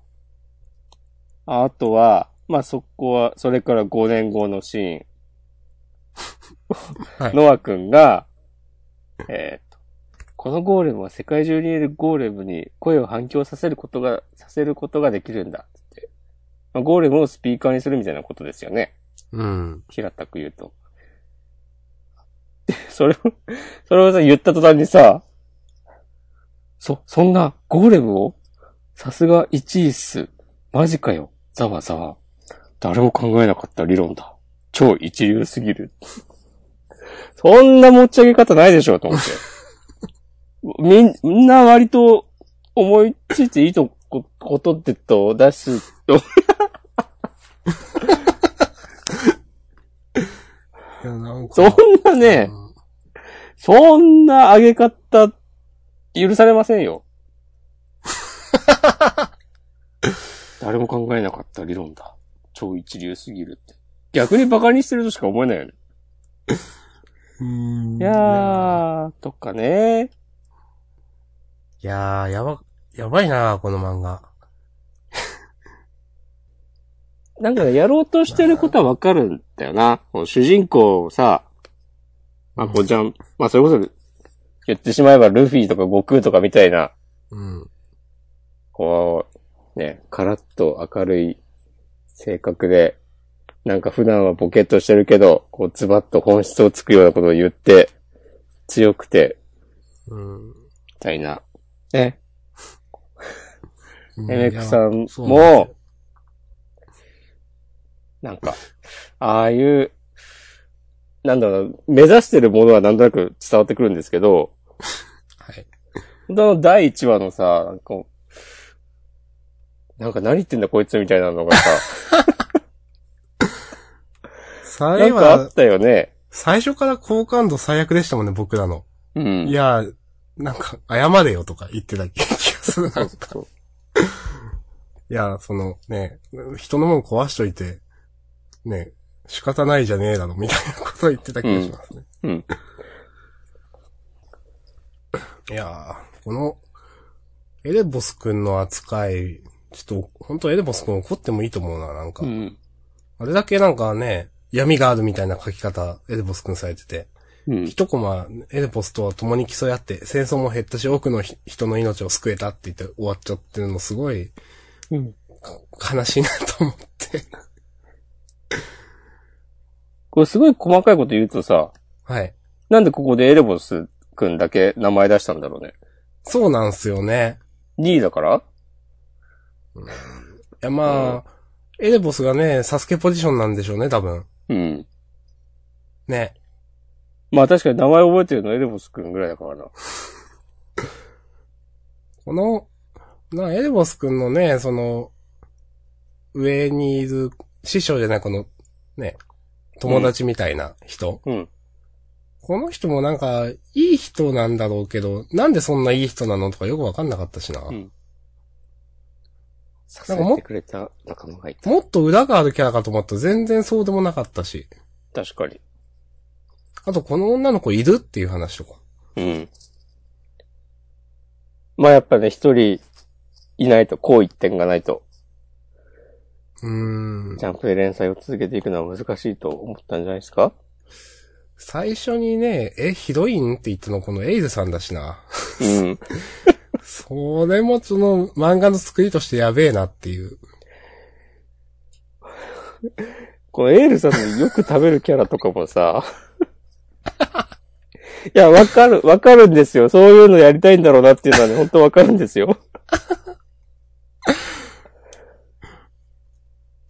S1: ああとは、まあ、そこは、それから5年後のシーン。
S2: はい
S1: ノア君が、えーと、このゴーレムは世界中にいるゴーレムに声を反響させることが、させることができるんだつって。まあ、ゴーレムをスピーカーにするみたいなことですよね。
S2: うん。
S1: 平たく言うと。 [laughs] で、それを、それをさ、言った途端にさ、そ、そんな、ゴーレムをさすが1位っす。マジかよ。ざわざわ。誰も考えなかった理論だ。超一流すぎる。そんな持ち上げ方ないでしょ、と思って。 [laughs] みんみんな割と思いついていいとこ、ことってと出す
S2: いや、なんか。
S1: そんなね、
S2: うん
S1: そんな上げ方、許されませんよ。 [laughs] 誰も考えなかった理論だ。超一流すぎるって。逆に馬鹿にしてるとしか思えないよね。
S2: うん。
S1: いやー、とかね。
S2: いやー、やば、やばいな、この漫画。
S1: なんかね、やろうとしてることはわかるんだよな。この主人公をさ、まあ、こうじゃん、まあ、それこそ、言ってしまえばルフィとか悟空とかみたいな、
S2: うん。
S1: こう、ね、カラッと明るい性格で、なんか普段はボケっとしてるけど、こうズバッと本質をつくようなことを言って、強くて、
S2: うん。
S1: みたいな。ね。
S2: うん
S1: エメックさん
S2: そうなんですよ
S1: も、なんか、ああいう、なんだろうな、目指してるものはなんとなく伝わってくるんですけど、
S2: はい。
S1: 本当あの第1話のさ、なんか、なんか何言ってんだこいつみたいなのがさ、
S2: さ
S1: なんかあ
S2: は
S1: っ、たよね。
S2: 最初から好感度最悪でしたもんね、僕らの。
S1: うん。
S2: いやー、なんか、謝れよとか言ってた気がするな。 [laughs]
S1: そ
S2: いう
S1: そう
S2: やー、そのね、人のもん壊しといて、ね、仕方ないじゃねえだろ、みたいなこと言ってた気がしますね。
S1: うんうん
S2: いやー、この、エレボス君の扱いちょっと、本当エレボス君怒ってもいいと思うな、なんか。
S1: うん。
S2: あれだけなんかね、闇があるみたいな書き方、エレボス君されてて。
S1: うん。
S2: 一コマ、エレポスとは共に競い合って、戦争も減ったし、多くのひ人の命を救えたって言って終わっちゃってるのすごい
S1: うん。
S2: か悲しいなと
S1: [laughs]
S2: 思って。
S1: これすごい細かいこと言うとさ、
S2: はい。
S1: なんでここでエレボス君だけ名前出したんだろうね。
S2: そうなんすよね。
S1: 2位だから
S2: いやまあ、エレボスがね、サスケポジションなんでしょうね、多分。
S1: うん。
S2: ね。
S1: まあ確かに名前覚えてるのエレボス君ぐらいだからな。
S2: この、な、エレボス君のね、その、上にいる、師匠じゃない、この、ね、友達みたいな人。
S1: うん。
S2: この人もなんか、いい人なんだろうけど、なんでそんないい人なのとかよくわかんなかったしな。
S1: うん
S2: な
S1: 支
S2: んかも
S1: えてくれた仲間がいた。
S2: もっと裏があるキャラかと思ったら全然そうでもなかったし。
S1: 確かに。
S2: あと、この女の子いるっていう話とか。
S1: うん。まあやっぱね、一人いないと、こう一点がないと、
S2: うーん
S1: ジ。ャンプで連載を続けていくのは難しいと思ったんじゃないですか
S2: 最初にね、え、ヒロインって言ったのこのエイズさんだしな。 [laughs]
S1: うん。
S2: それもその漫画の作りとしてやべえなっていう。
S1: このエールさんのよく食べるキャラとかもさ、 [laughs] いや、わかる、わかるんですよ。そういうのやりたいんだろうなっていうのはね、ほんとわかるんですよ。っ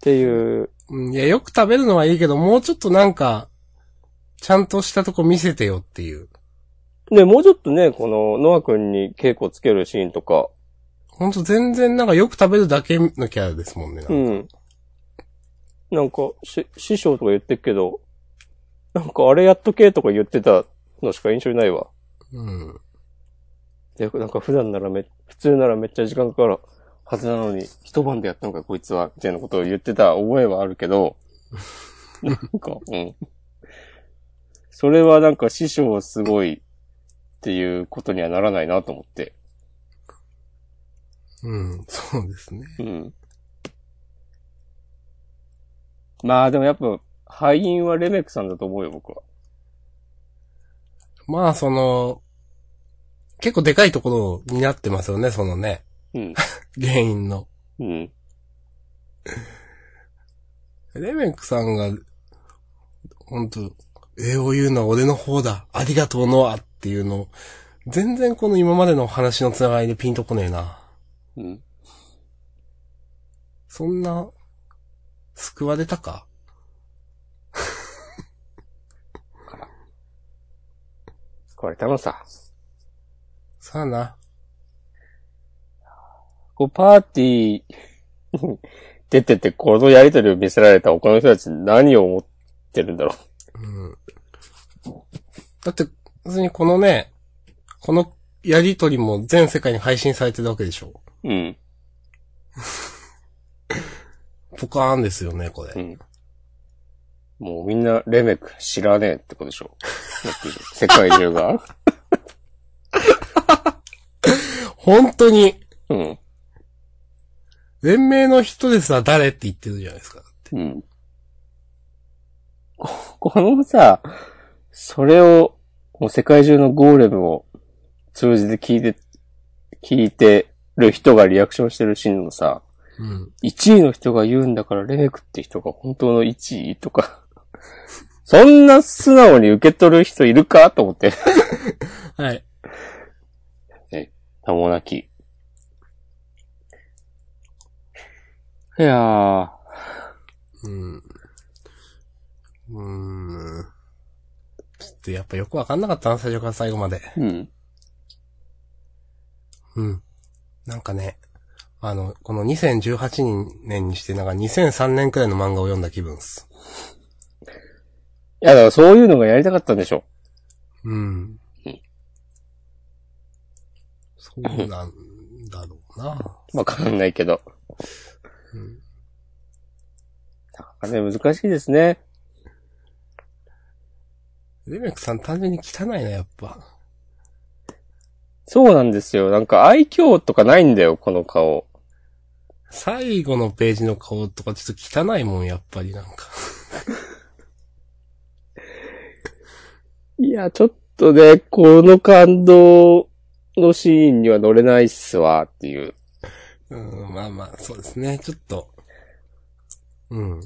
S1: ていう、
S2: うんいや、よく食べるのはいいけど、もうちょっとなんか、ちゃんとしたとこ見せてよっていう。
S1: ね、もうちょっとね、この、ノア君に稽古つけるシーンとか、
S2: ほんと全然なんかよく食べるだけのキャラですもんね。なんか
S1: うん。なんか、し、師匠とか言ってるけど、なんかあれやっとけとか言ってたのしか印象にないわ。
S2: うん。
S1: で、なんか普段ならめ、普通ならめっちゃ時間かかるはずなのに、一晩でやったのかこいつは、みたいなことを言ってた覚えはあるけ [laughs] ど、なんか、うん。それはなんか師匠すごいっていうことにはならないなと思って。
S2: うん。そうですね。
S1: うん。まあでもやっぱ、敗因はレメックさんだと思うよ、僕は。
S2: まあ、その、結構でかいところを担ってますよね、そのね、
S1: うん。
S2: [laughs] 原因の。
S1: うん。
S2: レメックさんが、ほんと、礼を言うのは俺の方だ、ありがとうノアっていうの、全然この今までの話のつながりでピンとこねえな。
S1: うん。
S2: そんな、救われたか
S1: これ多分さ、
S2: さあな。
S1: こうパーティー [laughs] に出てて、このやりとりを見せられた他の人たち何を思ってるんだろ
S2: うん。だって、別にこのね、このやりとりも全世界に配信されてるわけでしょ。
S1: う。うん。
S2: ポカーンですよね、これ。
S1: うん。もうみんなレメク知らねえってことでし [laughs] ょ。だって世界中が。
S2: 本当に、
S1: うん。
S2: 連盟の人ですら誰って言ってるじゃないですか。
S1: うん。ここのさ、それを、もう世界中のゴーレムを通じて聞いて、聞いてる人がリアクションしてるシーンのさ、
S2: うん。
S1: 1位の人が言うんだから、レメクって人が本当の1位とか。 [laughs] そんな素直に受け取る人いるかと思って。
S2: はい。
S1: 名もなき。いやー、
S2: うん。うーん。ちょっとやっぱよくわかんなかったな、最初から最後まで。
S1: うん、
S2: うん。なんかね、あの、この2018年にして、なんか2003年くらいの漫画を読んだ気分っす。
S1: いや、だからそういうのがやりたかったんでしょ。
S2: うん
S1: うん。
S2: そうなんだろうな。
S1: わかんないけど。
S2: うん
S1: なかなかね、難しいですね。
S2: レメクさん単純に汚いな、やっぱ。
S1: そうなんですよ。なんか愛嬌とかないんだよ、この顔。
S2: 最後のページの顔とかちょっと汚いもん、やっぱりなんか。
S1: いや、ちょっとね、この感動のシーンには乗れないっすわ、っていう。
S2: うん、まあまあ、そうですね。ちょっと。うん。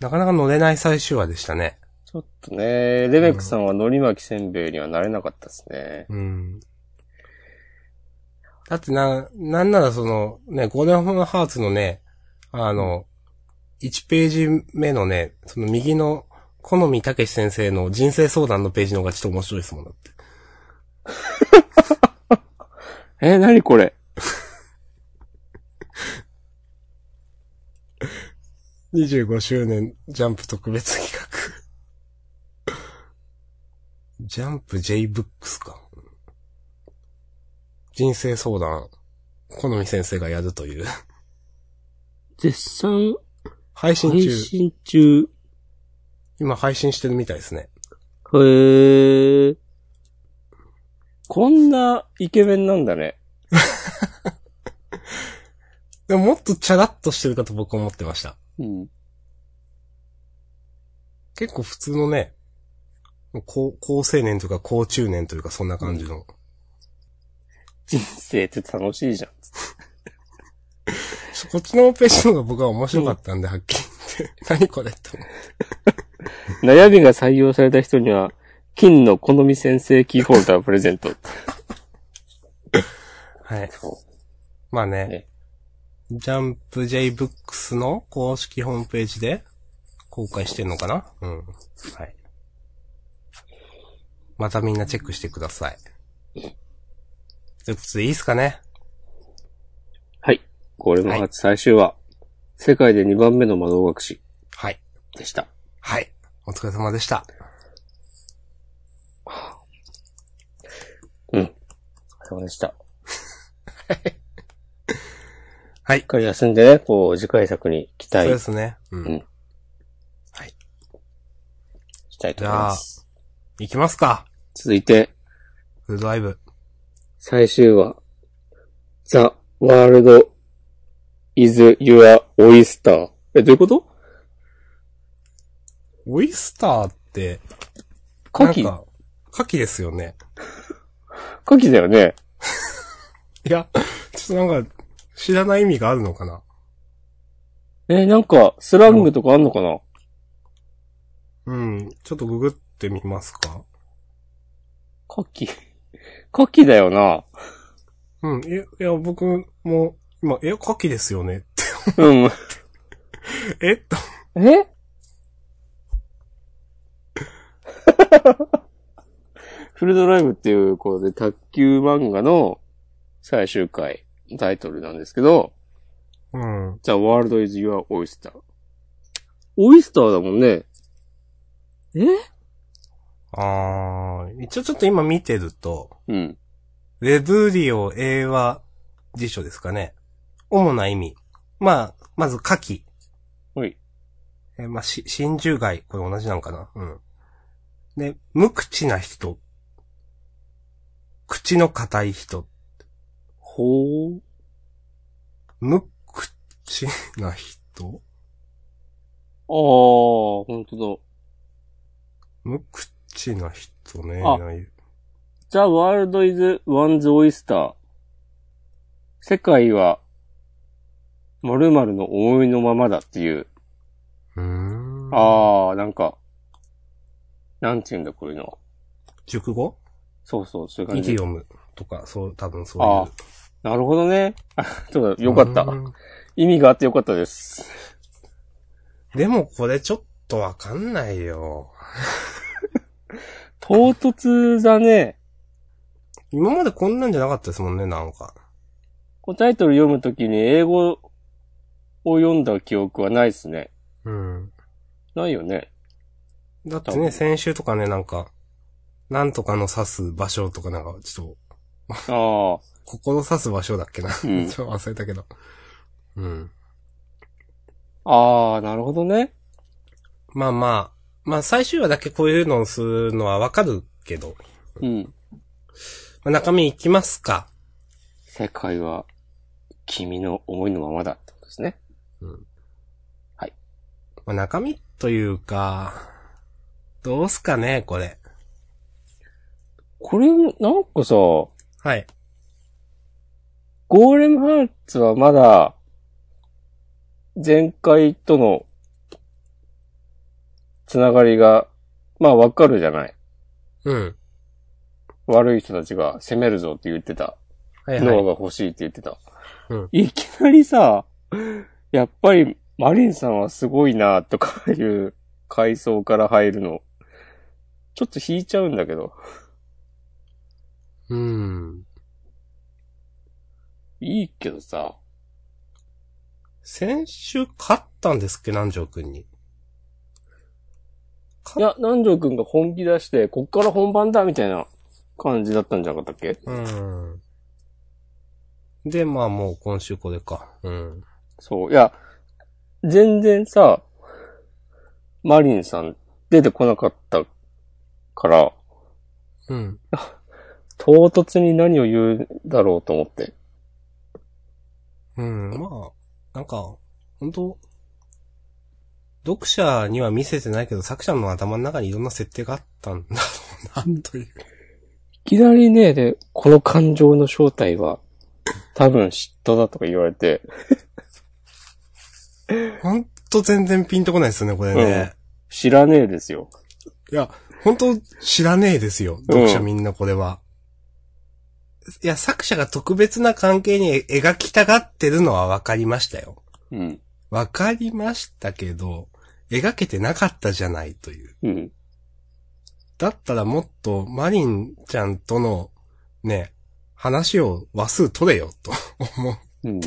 S2: なかなか乗れない最終話でしたね。
S1: ちょっとね、レベックさんはのり巻きせんべいにはなれなかったですね。
S2: うん。だってな、なんならその、ね、ゴールデンハーツのね、あの、1ページ目のね、その右の、好みたけし先生の人生相談のページの方がちょっと面白いですもんだって。
S1: え、なにこれ
S2: 25周年ジャンプ特別企画。ジャンプ J ブックスか。人生相談、好み先生がやるという。
S1: 絶賛
S2: 配信
S1: 配
S2: 中、
S1: 信中。
S2: 今配信してるみたいですね。
S1: へえ。こんなイケメンなんだね。
S2: でももっとチャラッとしてるかと僕思ってました。
S1: うん。
S2: 結構普通のね、高高青年というか高中年というかそんな感じの。
S1: 人生って楽しいじゃん。
S2: こっちのページの方が僕は面白かったんで、はっきり言って。 [laughs] 何これって思って
S1: 悩みが採用された人には、金の好み先生キーホルダープレゼント。
S2: はい。まあね
S1: ね、
S2: ジャンプ J ブックスの公式ホームページで公開してんのかなうん。はい。またみんなチェックしてください。ということでいいっすかね
S1: はい。これも初最終話、世界で2番目の魔導学士
S2: はい。
S1: でした。
S2: はい。お疲れ様でした。
S1: うん。お疲れ様でした。
S2: [laughs] はい
S1: しっかり休んでね、こう、次回作に期
S2: そう
S1: 待
S2: ですね。う
S1: うんん。したいと
S2: じ
S1: 思い
S2: ゃ
S1: ま
S2: あ
S1: す。、
S2: 行きますか。
S1: 続いて、
S2: グッドライブ。
S1: 最終話。The world is your oyster. え、どういうこと
S2: オイスターって、
S1: カキ
S2: なんかカキですよね。
S1: カキだよね。
S2: いや、ちょっとなんか、知らない意味があるのかな
S1: え、なんか、スラングとかあんのかな、
S2: うん。ちょっとググってみますか。
S1: カキ。カキだよな。
S2: うん。いや、いや僕も、今、え、カキですよね [laughs] って。
S1: うん。
S2: えっと、
S1: えフルドライブっていう、こうで、卓球漫画の最終回、タイトルなんですけど、
S2: うん。
S1: The world is your oyster. オイスターだもんね。え
S2: あー、一応ちょっと今見てると、
S1: うん。
S2: レブリオ英和辞書ですかね。主な意味。まあ、まず、カキ。
S1: はい。
S2: えーまあ、し、真珠貝。これ同じなんかなうん。で、無口な人。口の硬い人。
S1: ほう。
S2: 無口な人
S1: ああ、ほんと
S2: 無口な人ね。
S1: あ
S2: いない
S1: だ。The world is one's oyster. 世界は、〇〇の思いのままだっていう。
S2: うーん。
S1: ああ、なんか、なんて言うんだ、こういうのは。
S2: 熟語
S1: そうそう、そういう
S2: イ
S1: 感
S2: デ
S1: じ
S2: ィ。オムとか、そう、多分そう
S1: あ
S2: い
S1: なるほどね。あそうだ、
S2: う。
S1: よかった
S2: う。ん
S1: 意味があってよかったです。
S2: でもこれちょっとわかんないよ。
S1: 唐突だね。
S2: 今までこんなんじゃなかったですもんね、なんか。
S1: こうタイトル読むときに英語を読んだ記憶はないですね。
S2: うん。
S1: ないよね。
S2: だって
S1: 多
S2: ね、
S1: 分
S2: 先週とかね、なんか、なんとかの指す場所とかなんか、ちょっ
S1: ああ、
S2: と、ここの指す場所だっけな。
S1: うん
S2: ちょっと [laughs] 忘れたけど。うん。
S1: ああ、なるほどね。
S2: まあまあ、まあ最終話だけこういうのをするのはわかるけど、
S1: うん。
S2: まあ、中身いきますか。
S1: 世界は、君の思いのままだってことですね。
S2: まあ、中身というか、どうすかね、これ。
S1: これ、なんかさ、ゴ
S2: はい。
S1: ーレムハーツはまだ、前回との、つながりが、まあわかるじゃない。
S2: うん。
S1: 悪い人たちが攻めるぞって言ってた。
S2: はいは
S1: ノア
S2: い。
S1: が欲しいって言ってた。
S2: うん
S1: いきなりさ、やっぱりマリンさんはすごいなとかいう階層から入るの、ちょっと引いちゃうんだけど、
S2: うん。
S1: いいけどさ、
S2: 先週勝ったんですっけ、南條くんに。
S1: いや、南條くんが本気出して、こっから本番だみたいな感じだったんじゃなかったっけ
S2: うん。で、まあもう今週これか。うん。
S1: そう。いや、全然さ、マリンさん出てこなかったから、
S2: うん。
S1: 唐突に何を言うだろうと思って。
S2: うん。まあ、なんか、本当読者には見せてないけど、作者の頭の中にいろんな設定があったんだろうな、という。
S1: いきなりね、で、この感情の正体は、多分嫉妬だとか言われて、
S2: ほんと全然ピンとこないですよね、これね。
S1: 知らねえですよ。
S2: いや、本当知らねえですよ、読者みんなこれは。いや、作者が特別な関係に描きたがってるのはわかりましたよ。
S1: うん。
S2: わかりましたけど、描けてなかったじゃないという。
S1: うん。
S2: だったらもっとマリンちゃんとの、ね、話を話数取れよ、と思う。
S1: うん。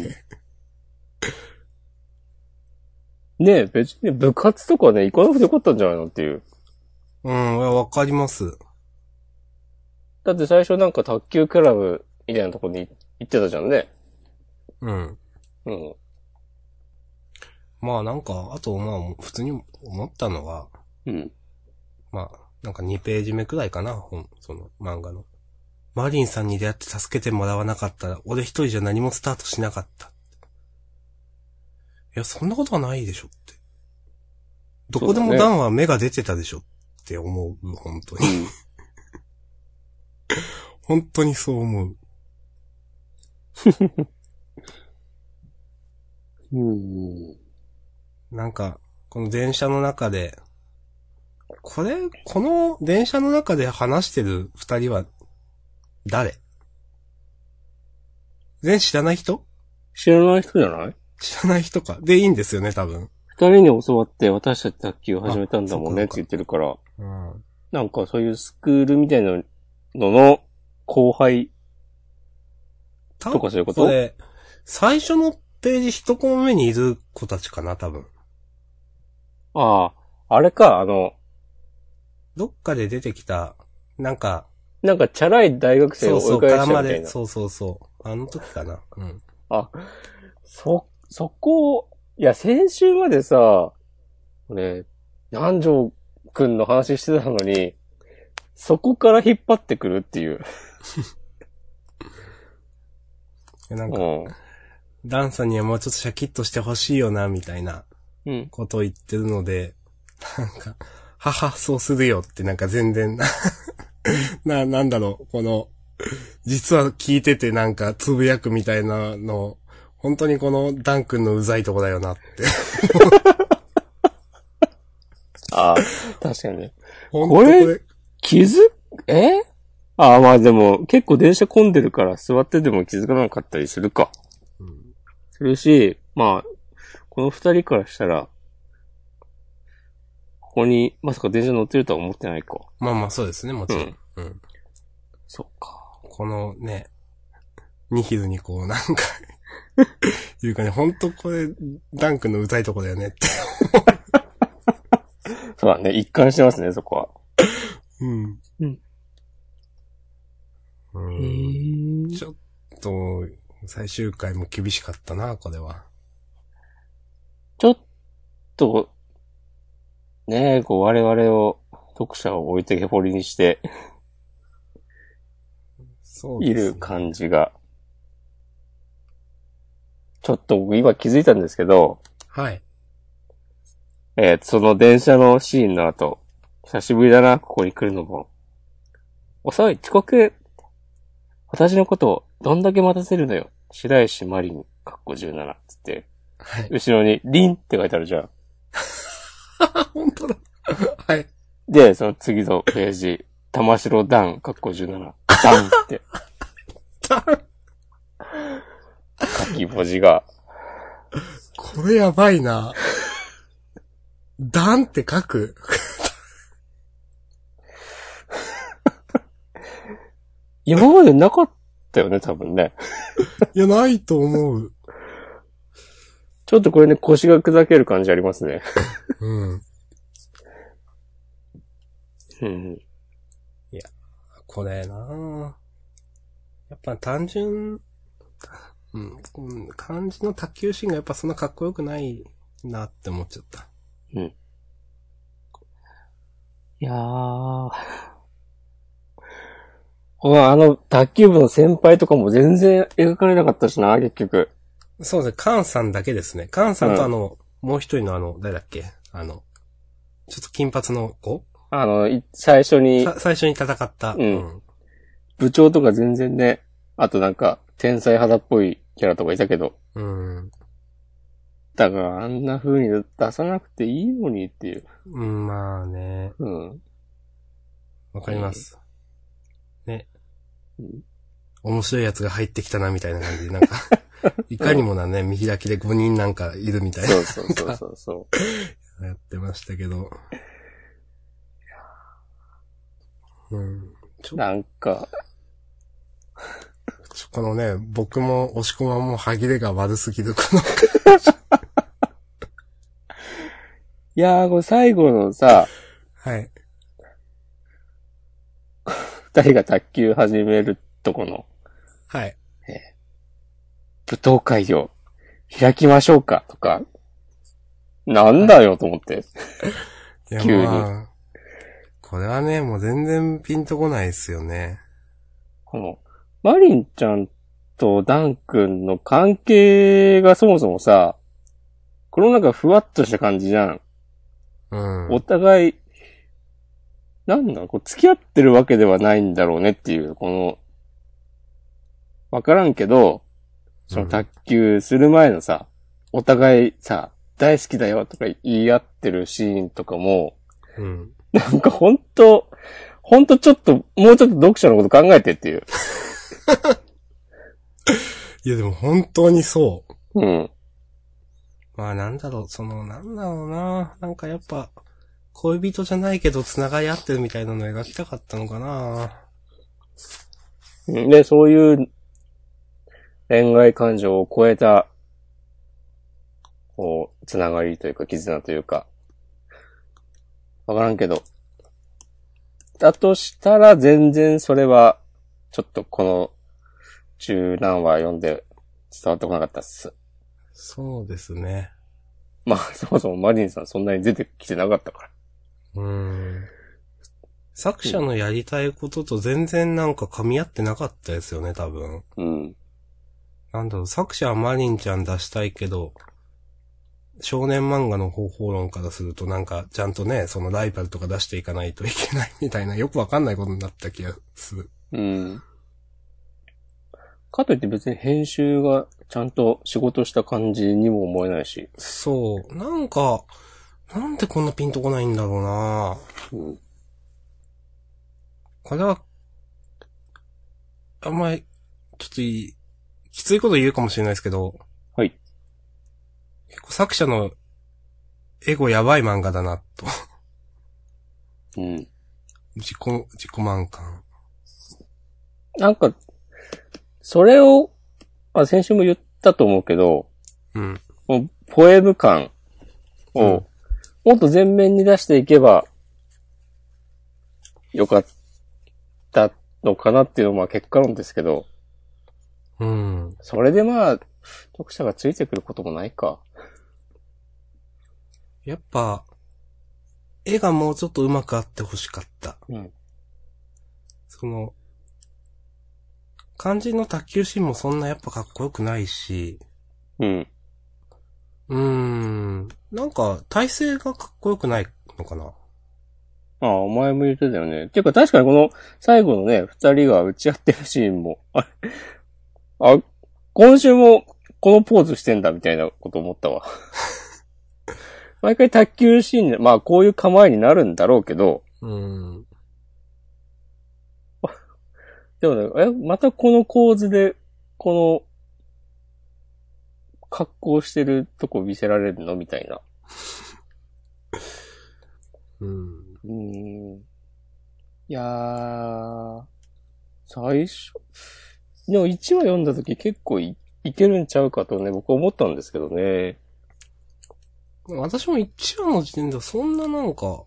S1: ねえ、別に部活とかね、行かなくてよかったんじゃないのっていう。
S2: うん、いやわかります。
S1: だって最初なんか卓球クラブみたいなとこに行ってたじゃんね。
S2: うん。
S1: うん。
S2: まあなんか、あとまあ、普通に思ったのは、
S1: うん。
S2: まあ、なんか2ページ目くらいかな、本、その漫画の。マリンさんに出会って助けてもらわなかったら、俺一人じゃ何もスタートしなかった。いや、そんなことはないでしょって。どこで
S1: そ
S2: も
S1: うだね
S2: ダンは目が出てたでしょって思う、本当
S1: う
S2: に。
S1: ん。
S2: [laughs] 本当にそう思う。
S1: うん。
S2: なんか、この電車の中で、これ、この電車の中で話してる二人は、誰全然知らない人
S1: 知らない人じゃない
S2: 知らない人か。で、いいんですよね、多分。
S1: 二人に教わって私たち卓球を始めたんだもんねって言ってるから、
S2: うん。
S1: なんかそういうスクールみたいなのの後輩
S2: 多
S1: と
S2: 分
S1: かそういうこと
S2: これ、最初のページ一コマ目にいる子たちかな、多分。
S1: ああ、あれか、あの、
S2: どっかで出てきた、なんか、
S1: なんかチャラい大学生
S2: そ
S1: を追
S2: うそ、
S1: いう返したみ
S2: 絡
S1: た
S2: ま
S1: い
S2: れ、
S1: な。
S2: そうそうそう。あの時かな。うん。
S1: あ、そ、そこ、いや、先週までさ、俺、南條くんの話してたのに、そこから引っ張ってくるっていう。
S2: でなんか、
S1: う。
S2: ダンさんにはもうちょっとシャキッとしてほしいよな、みたいなん
S1: うん。
S2: ことを言ってるので、なんか、はは、そうするよって、なんか全然 [laughs] な、な、なんだろう、この、実は聞いててなんかつぶやくみたいなの、本当にこのダン君のうざいとこだよなって。
S1: ああ、 [laughs] 確かにね。
S2: 本
S1: これ気づ、えああ、まあでも、結構電車混んでるから座ってても気づかなかったりするか。
S2: うん
S1: するし、まあ、この二人からしたら、ここにまさか電車乗ってるとは思ってないか。
S2: まあまあそうですね、もちろん。うん。
S1: そっか。
S2: このね、ニヒルにこうなんか、 [laughs] いうかね、本当これ、ダン君のうざいとこだよねって。
S1: そうだね。一貫してますね、そこは。
S2: うん。
S1: うん。
S2: うん。ちょっと、最終回も厳しかったな、これは。
S1: ちょっと、ねえ、こう、我々を、読者を置いてけぼりにして
S2: そう
S1: い
S2: ですね
S1: る感じが、ちょっと僕今気づいたんですけど、
S2: はい。
S1: えーその電車のシーンの後、久しぶりだな、ここに来るのも。遅い、遅刻私のことをどんだけ待たせるのよ。白石マリン、かっこ17、つって、
S2: はい。
S1: 後ろにリンって書いてあるじゃん。
S2: 本当だ。はい。
S1: で、その次のページ、玉城ダン、かっこ17、ダンっ
S2: [laughs]
S1: て。書き文字が。
S2: これやばいな。ダンって書く。
S1: 今までなかったよね、多分ね。
S2: いや、ないと思う。
S1: ちょっとこれね、腰が砕ける感じありますね。
S2: うん。
S1: うん。
S2: これなやっぱ単純、うん、うん漢字の卓球シーンがやっぱそんなかっこよくないなって思っちゃった。
S1: いやー。ほらあの、卓球部の先輩とかも全然描かれなかったしな、結局。
S2: そうですね、カンさんだけですね。カンさん
S1: う
S2: と
S1: ん
S2: あの、もう一人のあの、誰だっけあの、ちょっと金髪の子
S1: あの、い最初に
S2: さ最初に戦った。
S1: うん部長とか全然ね、あとなんか、天才肌っぽいキャラとかいたけど。
S2: うん。うん
S1: だから、あんな風に出さなくていいのにっていう。
S2: うん、まあね。
S1: うん。
S2: わかります。ね
S1: うん。
S2: 面白いやつが入ってきたな、みたいな感
S1: [laughs]
S2: じで、なんか、いかにもなね、見開きで5人なんかいるみたい
S1: そうそうそうそうそう。
S2: な、やってましたけど。うん。ち
S1: [laughs]
S2: ょ、
S1: なんか、
S2: ちょこのね、僕も、押し込まんも歯切れが悪すぎる、こ
S1: [laughs]
S2: の、
S1: いやー、これ最後のさ、
S2: はい。
S1: 二人が卓球始めるとこの
S2: はい。
S1: 舞踏会を開きましょうかとか、なんだよと思って。
S2: いや
S1: 急に
S2: まあこれはね、もう全然ピンとこないですよね。
S1: この、マリンちゃんとダン君の関係がそもそもさ、このなんかふわっとした感じじゃん。
S2: うん。
S1: お互い、なんだろう、こう付き合ってるわけではないんだろうねっていう、この、わからんけど、その
S2: うん
S1: 卓球する前のさ、お互いさ、大好きだよとか言い合ってるシーンとかも、
S2: うん。
S1: なんかほんと、ほんとちょっと、もうちょっと読者のこと考えてっていう。
S2: いやでも本当にそう。
S1: うん。
S2: まあなんだろう、その、なんだろうな。なんかやっぱ、恋人じゃないけど繋がり合ってるみたいなの描きたかったのかな。
S1: で、そういう恋愛感情を超えた、こう、つながりというか、絆というか、わからんけど、だとしたら全然それは、ちょっとこの中何話読んで伝わってこなかったっす。
S2: そうですね。
S1: まあ、そもそもマリンさんそんなに出てきてなかったから。
S2: うん。作者のやりたいことと全然なんか噛み合ってなかったですよね、多分。
S1: うん。
S2: なんだろう、作者はマリンちゃん出したいけど、少年漫画の方法論からするとなんか、ちゃんとね、そのライバルとか出していかないといけないみたいな、よくわかんないことになった気がする。
S1: うん。かといって別に編集がちゃんと仕事した感じにも思えないし。
S2: そう。なんか、なんでこんなピンとこないんだろうな
S1: うん
S2: これは、あんまり、ちょっといい、きついこと言うかもしれないですけど。
S1: はい。
S2: 結構作者のエゴやばい漫画だな、と。
S1: うん。
S2: 自己、自己満感。
S1: なんか、それを、あ、先週も言ったと思うけど、
S2: うん。
S1: このポエム感
S2: うん
S1: を、もっと前面に出していけば、よかったのかなっていうのはまあ結果論ですけど、
S2: うん。
S1: それでまあ、読者がついてくることもないか。
S2: やっぱ、絵がもうちょっと上手くあってほしかった。
S1: うん。
S2: その、肝心の卓球シーンもそんなやっぱかっこよくないし、
S1: うん。
S2: うーん。なんか、体勢がかっこよくないのかな。
S1: ああ、お前も言ってたよね。ていうか確かにこの最後のね、二人が打ち合ってるシーンも、あれあ、今週もこのポーズしてんだみたいなこと思ったわ。毎回卓球シーンで、まあこういう構えになるんだろうけど、
S2: うん。
S1: でもね、え、またこの構図で、この、格好してるとこ見せられるのみたいな。
S2: うん。
S1: うーん。いやー、最初、でも1話読んだ時結構いいけるんちゃうかとね、僕は思ったんですけどね。
S2: 私も1話の時点ではそんななんか、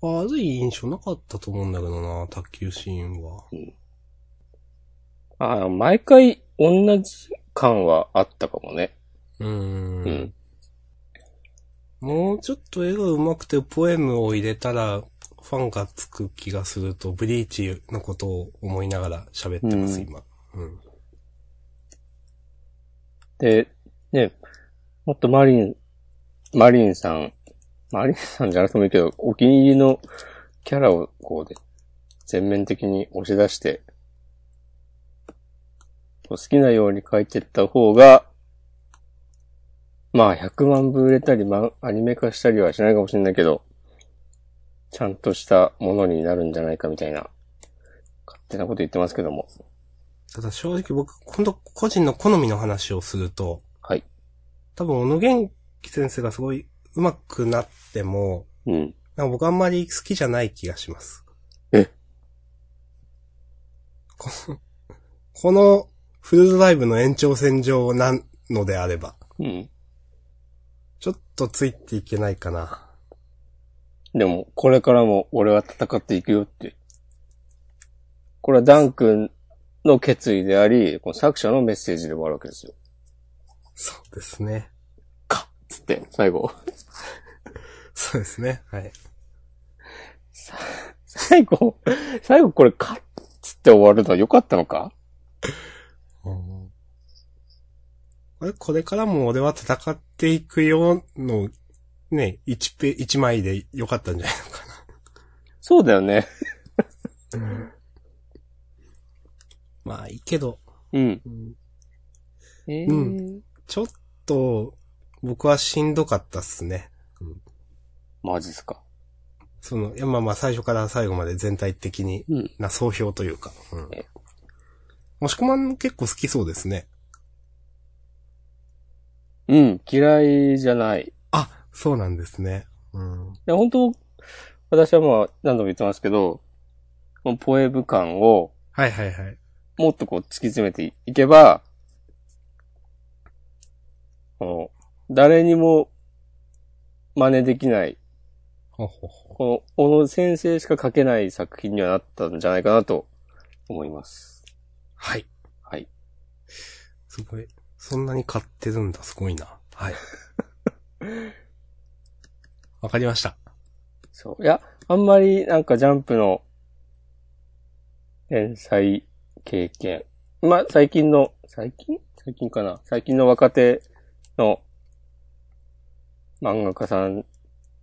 S2: 悪い印象なかったと思うんだけどな、卓球シーンは。
S1: ああ、毎回同じ感はあったかもね。
S2: うーん,、
S1: うん
S2: もうちょっと絵が上手くてポエムを入れたら、ファンがつく気がすると、ブリーチのことを思いながら喋ってます、
S1: うん
S2: 今。うん。
S1: で、ね、もっとマリン、マリンさん、マリンさんじゃなくてもいいけど、お気に入りのキャラをこうで、全面的に押し出して、こう好きなように書いてった方が、まあ100万部売れたり、まあアニメ化したりはしないかもしれないけど、ちゃんとしたものになるんじゃないかみたいな、勝手なこと言ってますけども。
S2: ただ正直僕、今度個人の好みの話をすると、
S1: はい。
S2: 多分、小野元気先生がすごい上手くなっても、
S1: うん。
S2: なんか僕あんまり好きじゃない気がします。
S1: え
S2: この、 [laughs] このフルドライブの延長線上なのであれば、
S1: うん。
S2: ちょっとついていけないかな。
S1: でも、これからも俺は戦っていくよって。これはダン君の決意であり、この作者のメッセージでもあるわけですよ。
S2: そうですね。
S1: つって、最後。
S2: そうですね。はい。
S1: 最後、最後これかっつって終わるのは良かったのか
S2: これ、これからも俺は戦っていくよの、ね、一ペ、一枚でよかったんじゃないのかな。
S1: そうだよね。
S2: [laughs] まあいいけど、
S1: うん。え
S2: う
S1: ー、
S2: ちょっと、僕はしんどかったっすね。
S1: マジっすか。
S2: その、いやまあまあ最初から最後まで全体的に
S1: うん。
S2: な総評というか。うん
S1: え。
S2: もしこまん結構好きそうですね。
S1: うん、嫌いじゃない。
S2: あ、そうなんですね。うん。
S1: で本当、私はまあ何度も言ってますけど、このポエム感を
S2: はいはいはい。
S1: もっとこう突き詰めていけば、この誰にも真似できない、
S2: ほうほうほう。
S1: この小野先生しか書けない作品にはなったんじゃないかなと思います。
S2: はい。
S1: はい。
S2: すごい。そんなに買ってるんだ、すごいな。 [laughs] はい。わかりました。
S1: そう。いや、あんまりなんかジャンプの連載経験。まあ、最近の、最近最近かな最近の若手の漫画家さん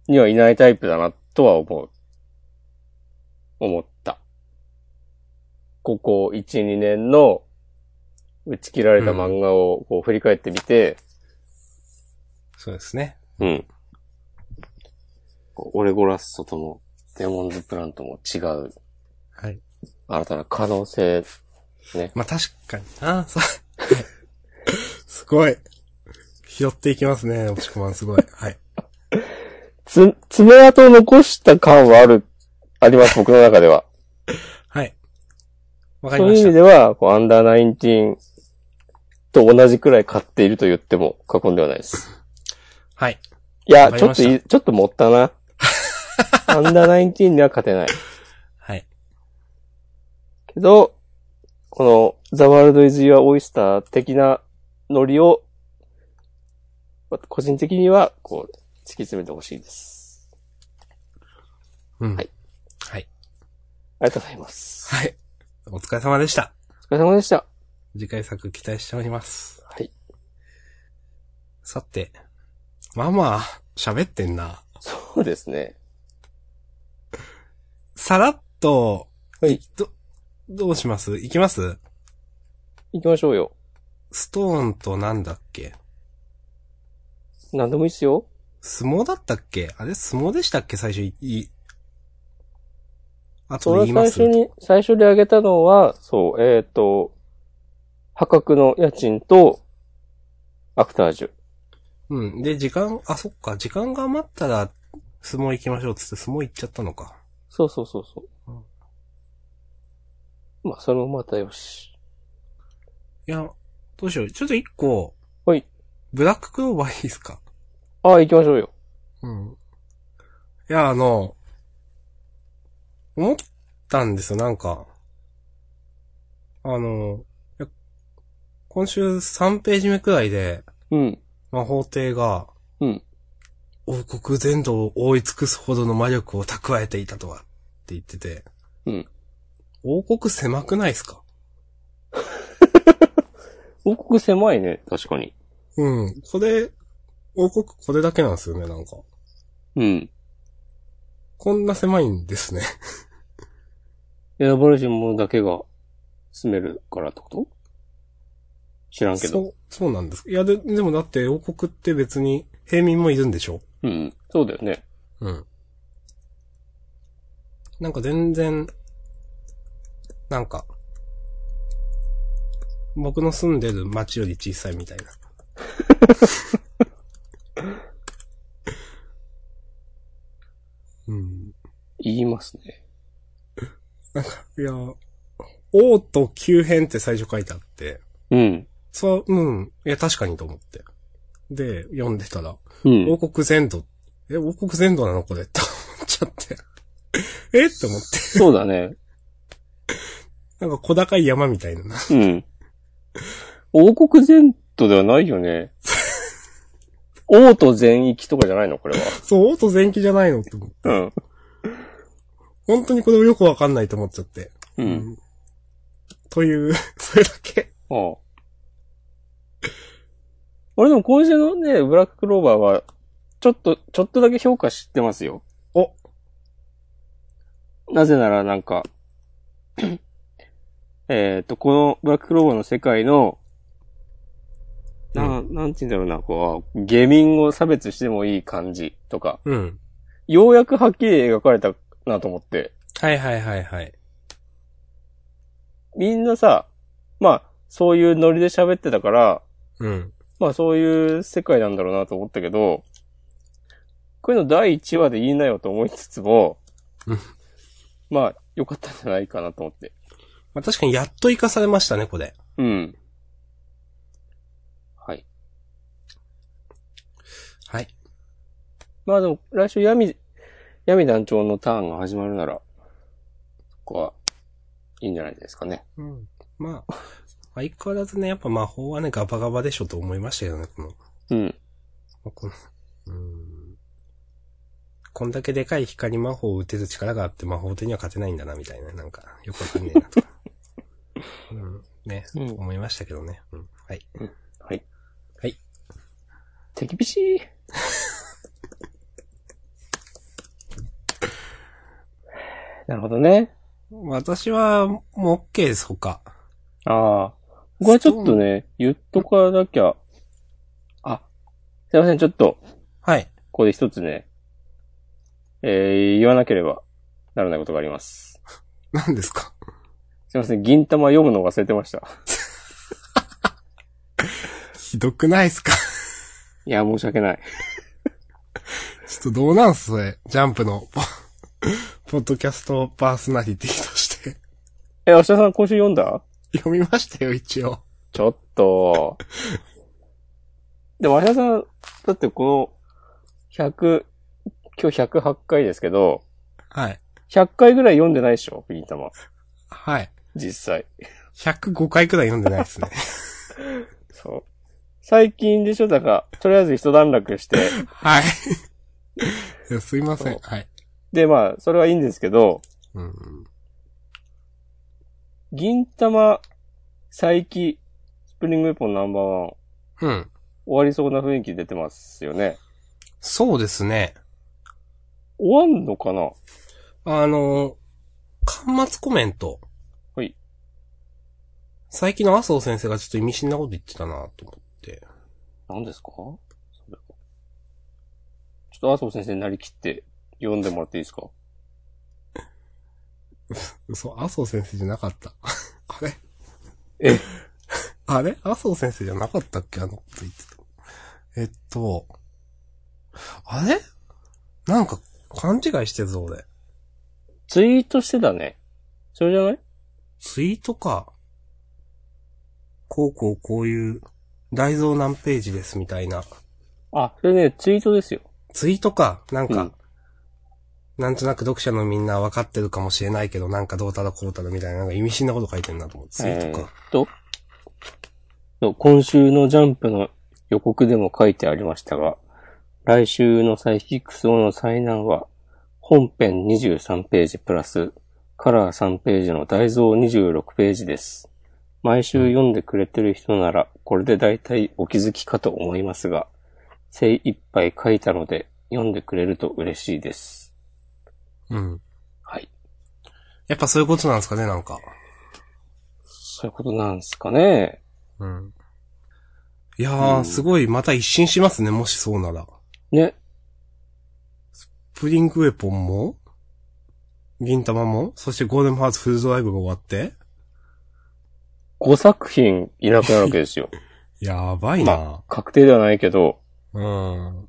S1: にはいないタイプだなとは思う。思った。ここ1、2年の打ち切られた漫画をこう振り返ってみて、
S2: そうですね。
S1: うん。オレゴラッソとも、デモンズプラントも違う、
S2: はい。
S1: 新たな可能性。
S2: まあ確かにな。そう。 [laughs] すごい。拾っていきますね、もしこまんすごい。はい。
S1: つ、爪痕を残した感はある、あります、僕の中では。
S2: はい。わかり
S1: そう
S2: ま
S1: いう
S2: し
S1: 意
S2: た
S1: 味。では、こうアンダーナインティーンと同じくらい買っていると言っても過言ではないです。
S2: はい。
S1: いや、
S2: わか
S1: ち
S2: り
S1: ょ
S2: ま
S1: っ
S2: した
S1: とい、ちょっと持ったな。アンダーナインティーンには勝てない。
S2: はい。
S1: けど、この、ザワールドイズ・ユア・オイスター的なノリを、ま個人的には、こう、突き詰めてほしいです。
S2: うん。
S1: はい。
S2: はい。
S1: ありがとうございます。
S2: はい。お疲れ様でした。
S1: お疲れ様でした。
S2: 次回作期待しております。
S1: はい。
S2: さて、まあまあ、喋ってんな。
S1: そうですね。
S2: さらっと、
S1: はい。
S2: ど、どうします行きます
S1: 行きましょうよ。
S2: ストーンとなんだっけ
S1: 何でもいいっすよ。
S2: 相撲だったっけあれ相撲でしたっけ最初い、い、あ
S1: そ
S2: とで
S1: れ
S2: 言いま
S1: 最
S2: す
S1: 初に、最初に挙げたのは、そう、えっ、と、破格の家賃と、アクタージュ。
S2: うん。で、時間、あ、そっか、時間が余ったら、相撲行きましょうっつって相撲行っちゃったのか。
S1: そうそうそうそう。
S2: うん
S1: まあ、それもまたよし。
S2: いや、どうしよう。ちょっと一個。
S1: はい。
S2: ブラッククローバーいいですか
S1: ああ、行きましょうよ。
S2: うん。いや、あの、思ったんですよ、なんか。あの、いや今週3ページ目くらいで、
S1: うん。
S2: 魔法帝が、
S1: うん。
S2: 王国全土を覆い尽くすほどの魔力を蓄えていたとは、って言ってて。
S1: うん。
S2: 王国狭くないですか
S1: 王国狭いね、確かに。
S2: うん。これ、王国これだけなんですよね、なんか。
S1: うん。
S2: こんな狭いんですね。
S1: 選ばれし者だけが住めるからってこと知らんけ
S2: そ
S1: ど。
S2: う、そうなんです。いや、で、でもだって王国って別に平民もいるんでしょ
S1: うん。そうだよね。
S2: うん。なんか全然、なんか、僕の住んでる町より小さいみたいな。うん。
S1: 言いますね。
S2: いや、王と急変って最初書いてあって、
S1: うん。
S2: そう、うん。いや、確かにと思って。で、読んでたら、
S1: うん
S2: 王。国全土、え、王国全土なのこれ [laughs] って思っちゃって。 [laughs] えって思って。
S1: そうだね。 [laughs]
S2: なんか小高い山みたいな。 [laughs]
S1: うん。王国全土ではないよ [laughs] ね。王都全域とかじゃないのこれは。
S2: そう、王都全域じゃないのって思って。
S1: うん。
S2: 本当にこれもよくわかんないと思っちゃって。
S1: う。。
S2: うんという、 [laughs] それだけ。
S1: ああ。俺でも今週のね、ブラッククローバーは、ちょっと、ちょっとだけ評価してますよ。
S2: お
S1: なぜならなんか、 [clears throat] えっと、このブラッククローバーの世界の、な、なんて言うんだろうな、こう、下民を差別してもいい感じとか、
S2: うん。
S1: ようやくはっきり描かれたなと思って、
S2: はいはいはいはい。
S1: みんなさ、まあ、そういうノリで喋ってたから、
S2: うん。
S1: まあそういう世界なんだろうなと思ったけど、こういうの第1話で言いなよと思いつつも
S2: うん、
S1: まあ良かったんじゃないかなと思って。
S2: まあ確かにやっと活かされましたね、これ。
S1: うん。はい。
S2: はい。
S1: まあでも来週闇、闇団長のターンが始まるなら、そこはいいんじゃないですかね。
S2: うん。まあ、相変わらずね、やっぱ魔法はね、ガバガバでしょと思いましたけどね、この。
S1: うん。
S2: まあこの、うーん。こんだけでかい光魔法を打てる力があって魔法手には勝てないんだな、みたいな。なんか、よくわかんねえな [laughs] とか。うん。ね、
S1: うん
S2: 思いましたけどね。うん。はい。
S1: はい。
S2: はい。
S1: 手厳しい。 [laughs] なるほどね。
S2: 私は、もう OK です、他。
S1: ああ。僕はちょっとね、言っとかなきゃ。あ、すいません、ちょっと、
S2: はい。
S1: ここで一つね、えー、言わなければならないことがあります。
S2: 何ですか
S1: すいません、銀玉読むの忘れてました。
S2: ひどくないですか [laughs]
S1: いや、申し訳ない。
S2: ちょっとどうなんす、それ。ジャンプの、 [laughs] ポポッドキャストパーソナリティとして。
S1: え、明日さん今週読んだ
S2: 読みましたよ、一応。
S1: ちょっと。でも、明日さん、だってこの、100、今日108回ですけど、
S2: はい。
S1: 100回ぐらい読んでないでしょ銀玉。
S2: はい。
S1: 実際。
S2: 105回くらい読んでないですね。
S1: そう。最近でしょだから、とりあえず一段落して、
S2: はい。 [laughs] いや、すいません。
S1: そう
S2: はい。
S1: で、まあ、それはいいんですけど、
S2: うん。
S1: 銀玉、佐伯、スプリングウェポンナンバーワン
S2: うん。
S1: 終わりそうな雰囲気出てますよね。
S2: そうですね。
S1: 終わんのかな
S2: あの、端末コメント。
S1: はい。
S2: 最近の麻生先生がちょっと意味深なこと言ってたなと思って。
S1: 何ですかそれちょっと麻生先生になりきって読んでもらっていいですか
S2: そう、麻生先生じゃなかった。 [laughs] あれ
S1: え
S2: [laughs] あれ麻生先生じゃなかったっけあのこと言ってた。えっと、あれなんか勘違いしてるぞ、俺。
S1: ツイートしてたね。それじゃない
S2: ツイートか。こうこうこういう、大蔵何ページですみたいな。
S1: あ、それね、ツイートですよ。
S2: ツイートか。なんか、
S1: うん
S2: なんとなく読者のみんな分かってるかもしれないけど、なんかどうたらこうたらみたいな、なんか意味深なこと書いてんなと思って、ツイートか。
S1: えーっとそう、今週のジャンプの予告でも書いてありましたが、来週のサイキックス王の災難は、本編23ページプラス、カラー3ページの大蔵26ページです。毎週読んでくれてる人なら、これで大体お気づきかと思いますが、精一杯書いたので、読んでくれると嬉しいです。
S2: うん。
S1: はい。
S2: やっぱそういうことなんですかね、なんか。
S1: そういうことなんですかね。
S2: うん。いやー、
S1: うん
S2: すごい、また一新しますね、もしそうなら。
S1: ね、
S2: プリングウェポンも、銀玉も、そしてゴールデンハーツフルドライブが終わって、
S1: 5作品いなくなるわけですよ。
S2: やばいな
S1: まあ、確定ではないけど、
S2: うん。
S1: う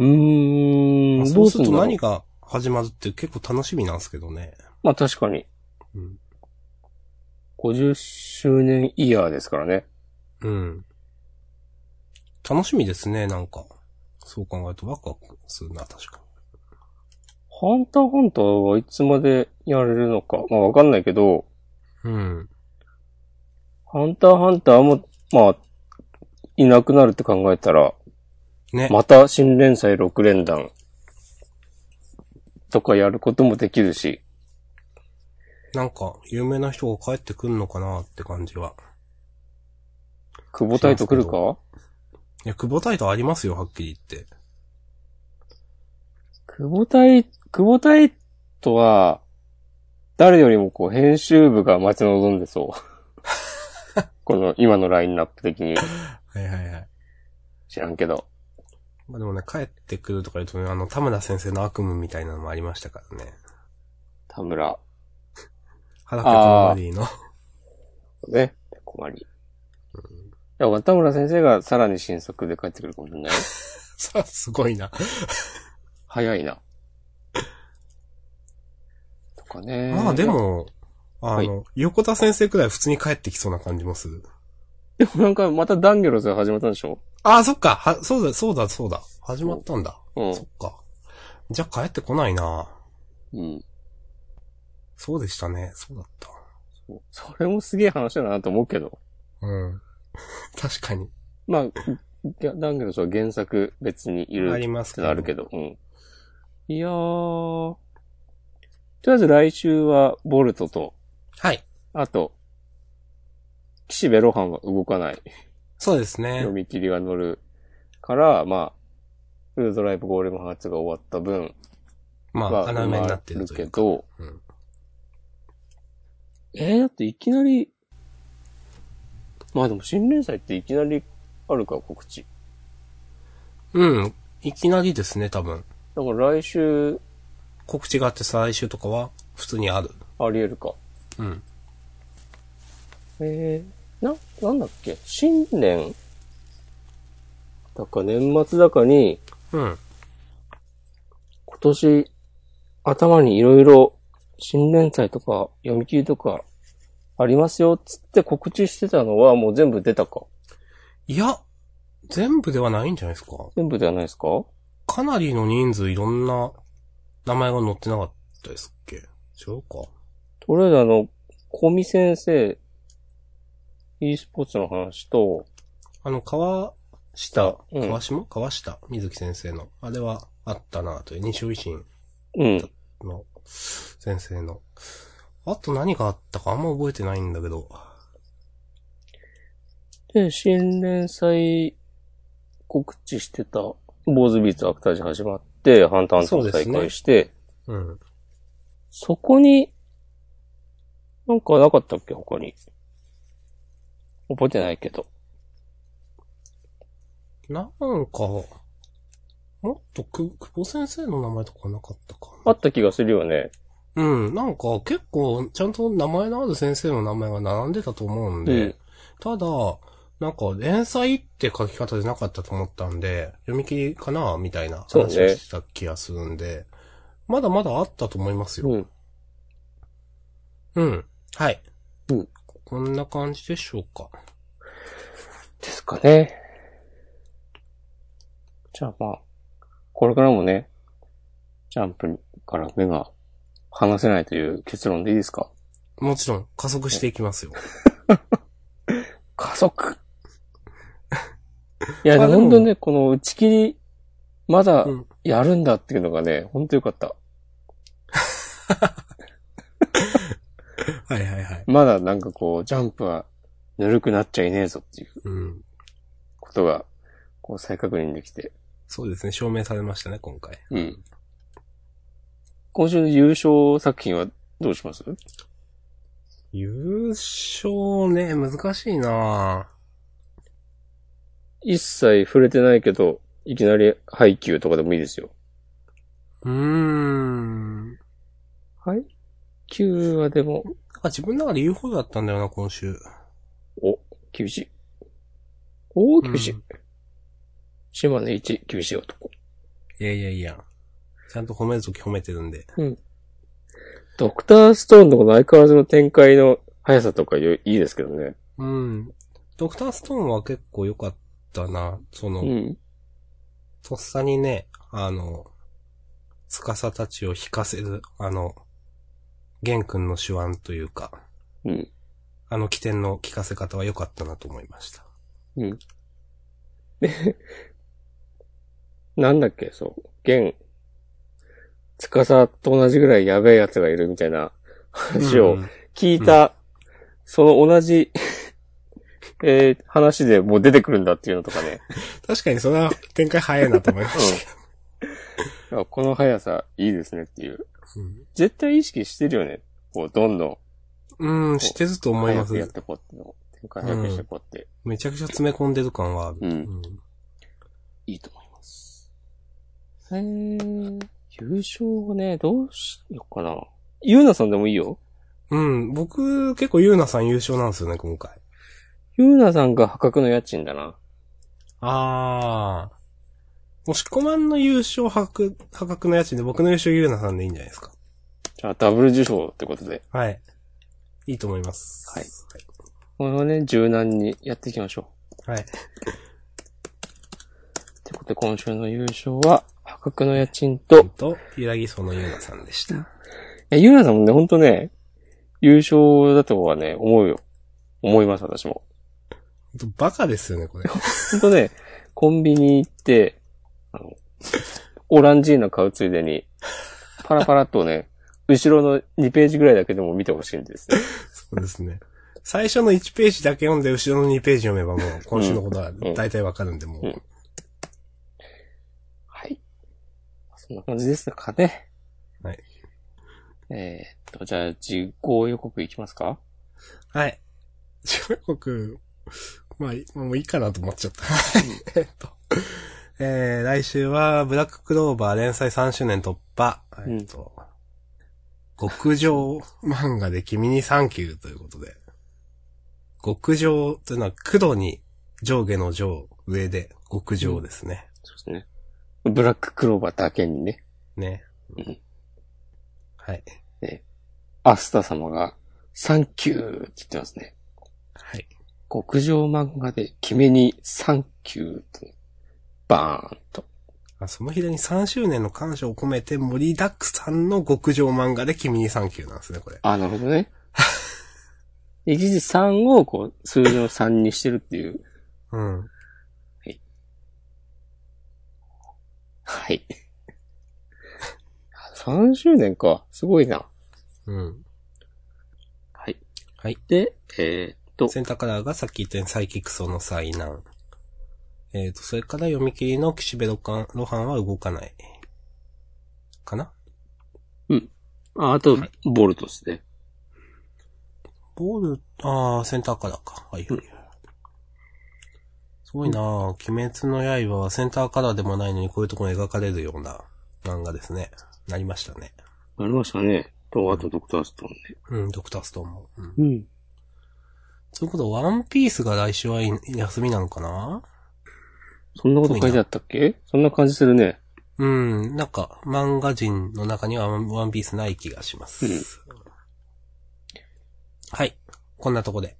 S1: ー
S2: まあ
S1: ん、
S2: そ
S1: ど
S2: う
S1: う
S2: す
S1: す
S2: る
S1: る
S2: と
S1: んだろう
S2: 何。が始まるって結構楽しみなんですけどね。
S1: まあ確かに、
S2: うん。
S1: 50周年イヤーですからね。
S2: うん。楽しみですね、なんか。そう考えるとワクワクするな、確か
S1: ハンターハンターはいつまでやれるのか、まあわかんないけど、
S2: に。うん。
S1: ハンターハンターも、まあ、いなくなるって考えたら、
S2: ね。
S1: また新連載6連弾とかやることもできるし、
S2: なんか、有名な人が帰ってくんのかなって感じは。
S1: 久保タイト来るか
S2: いや、久保タイトありますよ、はっきり言って。
S1: 久保タイ、久保タイトは、誰よりもこう編集部が待ち望んでそう。
S2: [laughs]
S1: この今のラインナップ的に
S2: はいはいはい。
S1: 知らんけど。
S2: まあでもね、帰ってくるとか言うとね、あの、田村先生の悪夢みたいなのもありましたからね。
S1: 田村、
S2: 原家とマリーの。
S1: ね、ペコマリ。いや、田村先生がさらに新作で帰ってくるかもしれないよ。
S2: [laughs] さあ、すごいな。
S1: 早いな。とかね。
S2: まあで。も、あの、横田先生くらい普通に帰ってきそうな感じもする。
S1: でもなんかまたダンギョロスが始まったんでしょ
S2: ああ、そっか。は、そうだ、そうだ、そうだ。始まったんだ。
S1: うん
S2: そっ。か。じゃあ帰ってこないな。
S1: うん。
S2: そうでしたね。そうだった。
S1: そうそれもすげえ話だなと思うけど。
S2: うん。 [laughs] 確かに。
S1: まあ、いやダンギョロスは原作別にいる
S2: あります
S1: ってのあるけど。うん。いやー。とりあえず来週はボルトと、
S2: はい。
S1: あと、岸辺露伴は動かない。
S2: そうですね
S1: 読。み切りが乗るから、まあ、フルドライブゴーレムハーツが終わった分
S2: まあ、
S1: は
S2: 穴
S1: 埋
S2: 埋めに
S1: ま
S2: なってる
S1: る
S2: とい
S1: け
S2: うか。
S1: ど、
S2: うん
S1: えー、だっていきなり、まあでも新連載っていきなりあるか、告知。
S2: うん。いきなりですね、多分。
S1: だから来週
S2: 告知があって再来週とかは普通にある。
S1: あり得るか。
S2: うん。
S1: えー、な、なんだっけ新年だか年末だかに、
S2: うん。
S1: 今年頭にいろいろ新連載とか読み切りとかありますよっつって告知してたのはもう全部出たか
S2: いや、全部ではないんじゃないですか。
S1: 全部ではないですか
S2: かなりの人数いろんな名前が載ってなかったですっけ違うか。
S1: とりあえずあの、小見先生、e スポーツの話と、
S2: あの、川下、
S1: うん
S2: 川下、川下、水木先生の、あれはあったなという、西尾維新
S1: うん。
S2: の先生の。あと何があったかあんま覚えてないんだけど。
S1: で、新連載告知してた、坊主ビーツアクタージ始まって、ハンターハンター
S2: そう
S1: と
S2: です
S1: 再
S2: ね
S1: 開して、
S2: うん。
S1: そ,、こに、なんかなかったっけ他に。覚えてないけど。
S2: なんか、もっとく、久保先生の名前とかなかったか
S1: あ
S2: な。
S1: った気がするよね。
S2: うん、なんか結構、ちゃんと名前のある先生の名前が並んでたと思うんで、
S1: うん
S2: ただ、なんか連載って書き方じゃなかったと思ったんで、読み切りかなみたいな話
S1: そう
S2: を
S1: ね
S2: してた気がするんで、まだまだあったと思いますよ。
S1: うん。
S2: うん。はい。
S1: うん
S2: こんな感じでしょうか。
S1: ですかね。じゃあまあ、これからもね、ジャンプから目が離せないという結論でいいですか
S2: もちろん、加速していき
S1: [laughs]
S2: ますよ。
S1: 加
S2: [laughs]
S1: 速いや、
S2: まあでも
S1: 本当にね、この打ち切り、まだ
S2: うん
S1: やるんだっていうのがね、本当よかった。
S2: はいはいはい。
S1: まだなんかこう、ジャンプはぬるくなっちゃいねえぞっていう
S2: うん。
S1: ことが、こう再確認できて。
S2: そうですね、証明されましたね、今回。
S1: うん。今週の優勝作品はどうします
S2: 優勝ね、難しいな
S1: 一切触れてないけど、いきなり配給とかでもいいですよ。
S2: うーん。なん
S1: 配給はでも、
S2: か自分の中で言うほどだったんだよな、今週。
S1: お、厳しい。おー、厳しい。
S2: うん
S1: 島根一、厳しい男。
S2: いやいやいや。ちゃんと褒めるとき褒めてるんで。
S1: ドクターストーンとかの相変わらずの展開の速さとかよいいですけどね。
S2: うん。ドクターストーンは結構良かったな。その、
S1: うん。
S2: とっさにね、あの、司たちを引かせる、あの、玄君の手腕というか、
S1: うん。
S2: あの起点の聞かせ方は良かったなと思いました。
S1: なんだっけ、そう。現、司と同じぐらいやべえ奴がいるみたいな話を
S2: うん
S1: 聞いた、その同じ、 [laughs] えー話でもう出てくるんだっていうのとかね。
S2: 確かにそれは展開早いなと思いました。
S1: いやこの速さいいですねっていう。
S2: うん
S1: 絶対意識してるよね。こう、どんど
S2: うん、知ってると
S1: ん
S2: 思いま
S1: 早くやっ
S2: す。
S1: てこうっていうのを。展開早くしてこうって、
S2: めちゃくちゃ詰め込んでる感はある。
S1: うん
S2: うん
S1: いいと思います。へー。優勝をね、どうしようかな。ゆうなさんでもいいよ。
S2: うん、僕、結構ゆうなさん優勝なんですよね、今回。
S1: ゆうなさんが破格の家賃だな。
S2: あー。もしこまんの優勝破格、破格の家賃で僕の優勝ゆうなさんでいいんじゃないですか。
S1: じゃあ、ダブル受賞ってことで。
S2: はい。いいと思います。
S1: はいこれはね、柔軟にやっていきましょう。
S2: はい。はい。
S1: ってことで、今週の優勝は、破格の家賃
S2: え
S1: と
S2: っ、と、ゆらぎそのゆうなさんでした。
S1: いや、ゆうなさんもね、ほんとね、優勝だとはね、思うよ。思います、私も。
S2: バカですよね、これ。
S1: ほんとね、コンビニ行って、あの、オランジーナ買うついでに、パラパラっとね、後ろの2ページぐらいだけでも見てほしいんですね。
S2: そうですね。最初の1ページだけ読んで、後ろの2ページ読めばもう、今週のことは大体わかるんで、もう。
S1: うんはい。そんな感じですかね。
S2: はい。
S1: えー、っと、じゃあ、実行予告いきますか
S2: はい。中国、まあ、いもういいかなと思っちゃった。はい [laughs] えっと。えー、来週は、ブラッククローバー連載3周年突破。
S1: ん
S2: えっと、極上漫画で君にサンキューということで。極上というのは黒に上下の上、上で極上ですね。
S1: そうですね。ブラッククローバーだけにね、
S2: ね
S1: うん。
S2: はい。
S1: アスタ様が、サンキューって言ってますね。
S2: はい。
S1: 極上漫画で君にサンキューと、バーンと。
S2: あその日に3周年の感謝を込めて盛りだくさんの極上漫画で君にサンキューなんですね、これ。
S1: あ、なるほどね。一時3をこう、数字の3にしてるっていう。
S2: うん。
S1: はい。3周年か。すごいな。
S2: うん。
S1: はい。
S2: はい。
S1: で、えーっと、
S2: センターカラーがさっき言ったようにサイキックソの災難。えっ、と、それから読み切りの岸辺露伴露伴は動かない。かな
S1: あ、あと、ボルトですね。
S2: ボール、ああ、センターからか。はいはいはい。すごいなあ鬼滅の刃はセンターカラーでもないのにこういうところに描かれるような漫画ですね。なりましたね。
S1: なりましたね。と、あとドクターストーンね。
S2: うん、ドクターストーンも。うん。
S1: うん。
S2: そういうことは、ワンピースが来週はい休みなのかな
S1: そんなこと書いてあったっけそんな感じするね。
S2: うん、なんか、漫画人の中にはワンピースない気がします。はい。こんなとこで。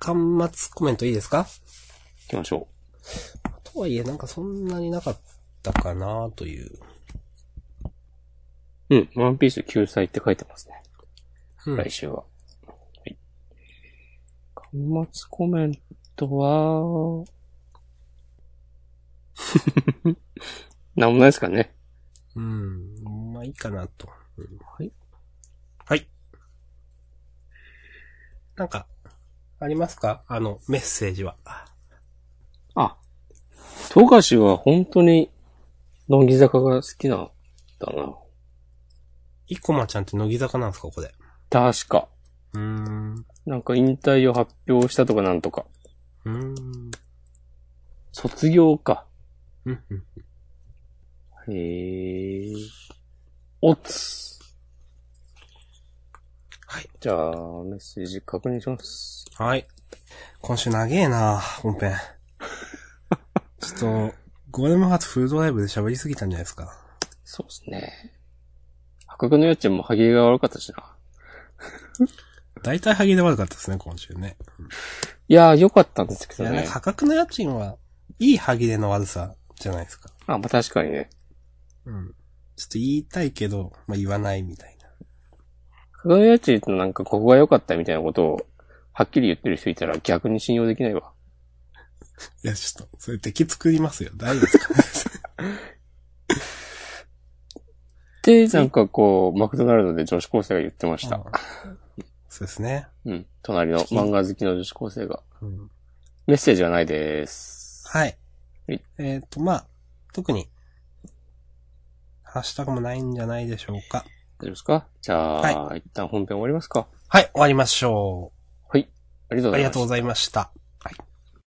S2: 端末コメントいいですか
S1: 行きましょ
S2: とはいえ、なんかそんなになかったかなという。
S1: う。うん。ワンピース救済って書いてますね。
S2: うん
S1: 来週は。はい。端末コメントは、 [laughs] なんもないですかね。
S2: うん。まあいいかなと。
S1: はい。
S2: はい。なんか、ありますかあの、メッセージは。
S1: あ、富樫は本当に、乃木坂が好きなんだな。
S2: いこまちゃんって乃木坂なんですかこれ。
S1: 確か。
S2: うーん。
S1: なんか引退を発表したとかなんとか。
S2: うーん。
S1: 卒業か。
S2: うんうん。
S1: へえ。おつ。
S2: はい。
S1: じゃあ、メッセージ確認します。
S2: はい。今週長えな本 [laughs] 編。ちょっと、ゴーレムハーツフルドライブで喋りすぎたんじゃないですか。
S1: そうですね。破格の家賃も歯切れが悪かったしな。
S2: 大体ハゲで悪かったですね、今週ね。
S1: いやー、良かったんですけ
S2: い
S1: ど
S2: や、なん
S1: ね
S2: か。破格の家賃は、いいハギレの悪さじゃないですか。
S1: あ、まあ、確かにね。
S2: うん。ちょっと言いたいけど、まあ、言わないみたいな。
S1: 破格の家賃ってなんかここが良かったみたいなことを、はっきり言ってる人いたら逆に信用できないわ。
S2: いや、ちょっと、それ敵作りますよ。大丈夫ですか
S1: で、なんかこう、マクドナルドで女子高生が言ってました。
S2: [laughs] そうですね。
S1: うん。隣の漫画好きの女子高生が。
S2: うん、
S1: メッセージはないです。
S2: はい。
S1: はい
S2: えっ、と、まあ、特に、ハッシュタグもないんじゃないでしょうか。
S1: 大丈夫ですかじゃあ、一旦本編終わりますか。
S2: はい、終わりましょ
S1: はい。ありがとうご
S2: う。あ
S1: ざ
S2: り
S1: いま
S2: がと
S1: す
S2: うご。ざいました。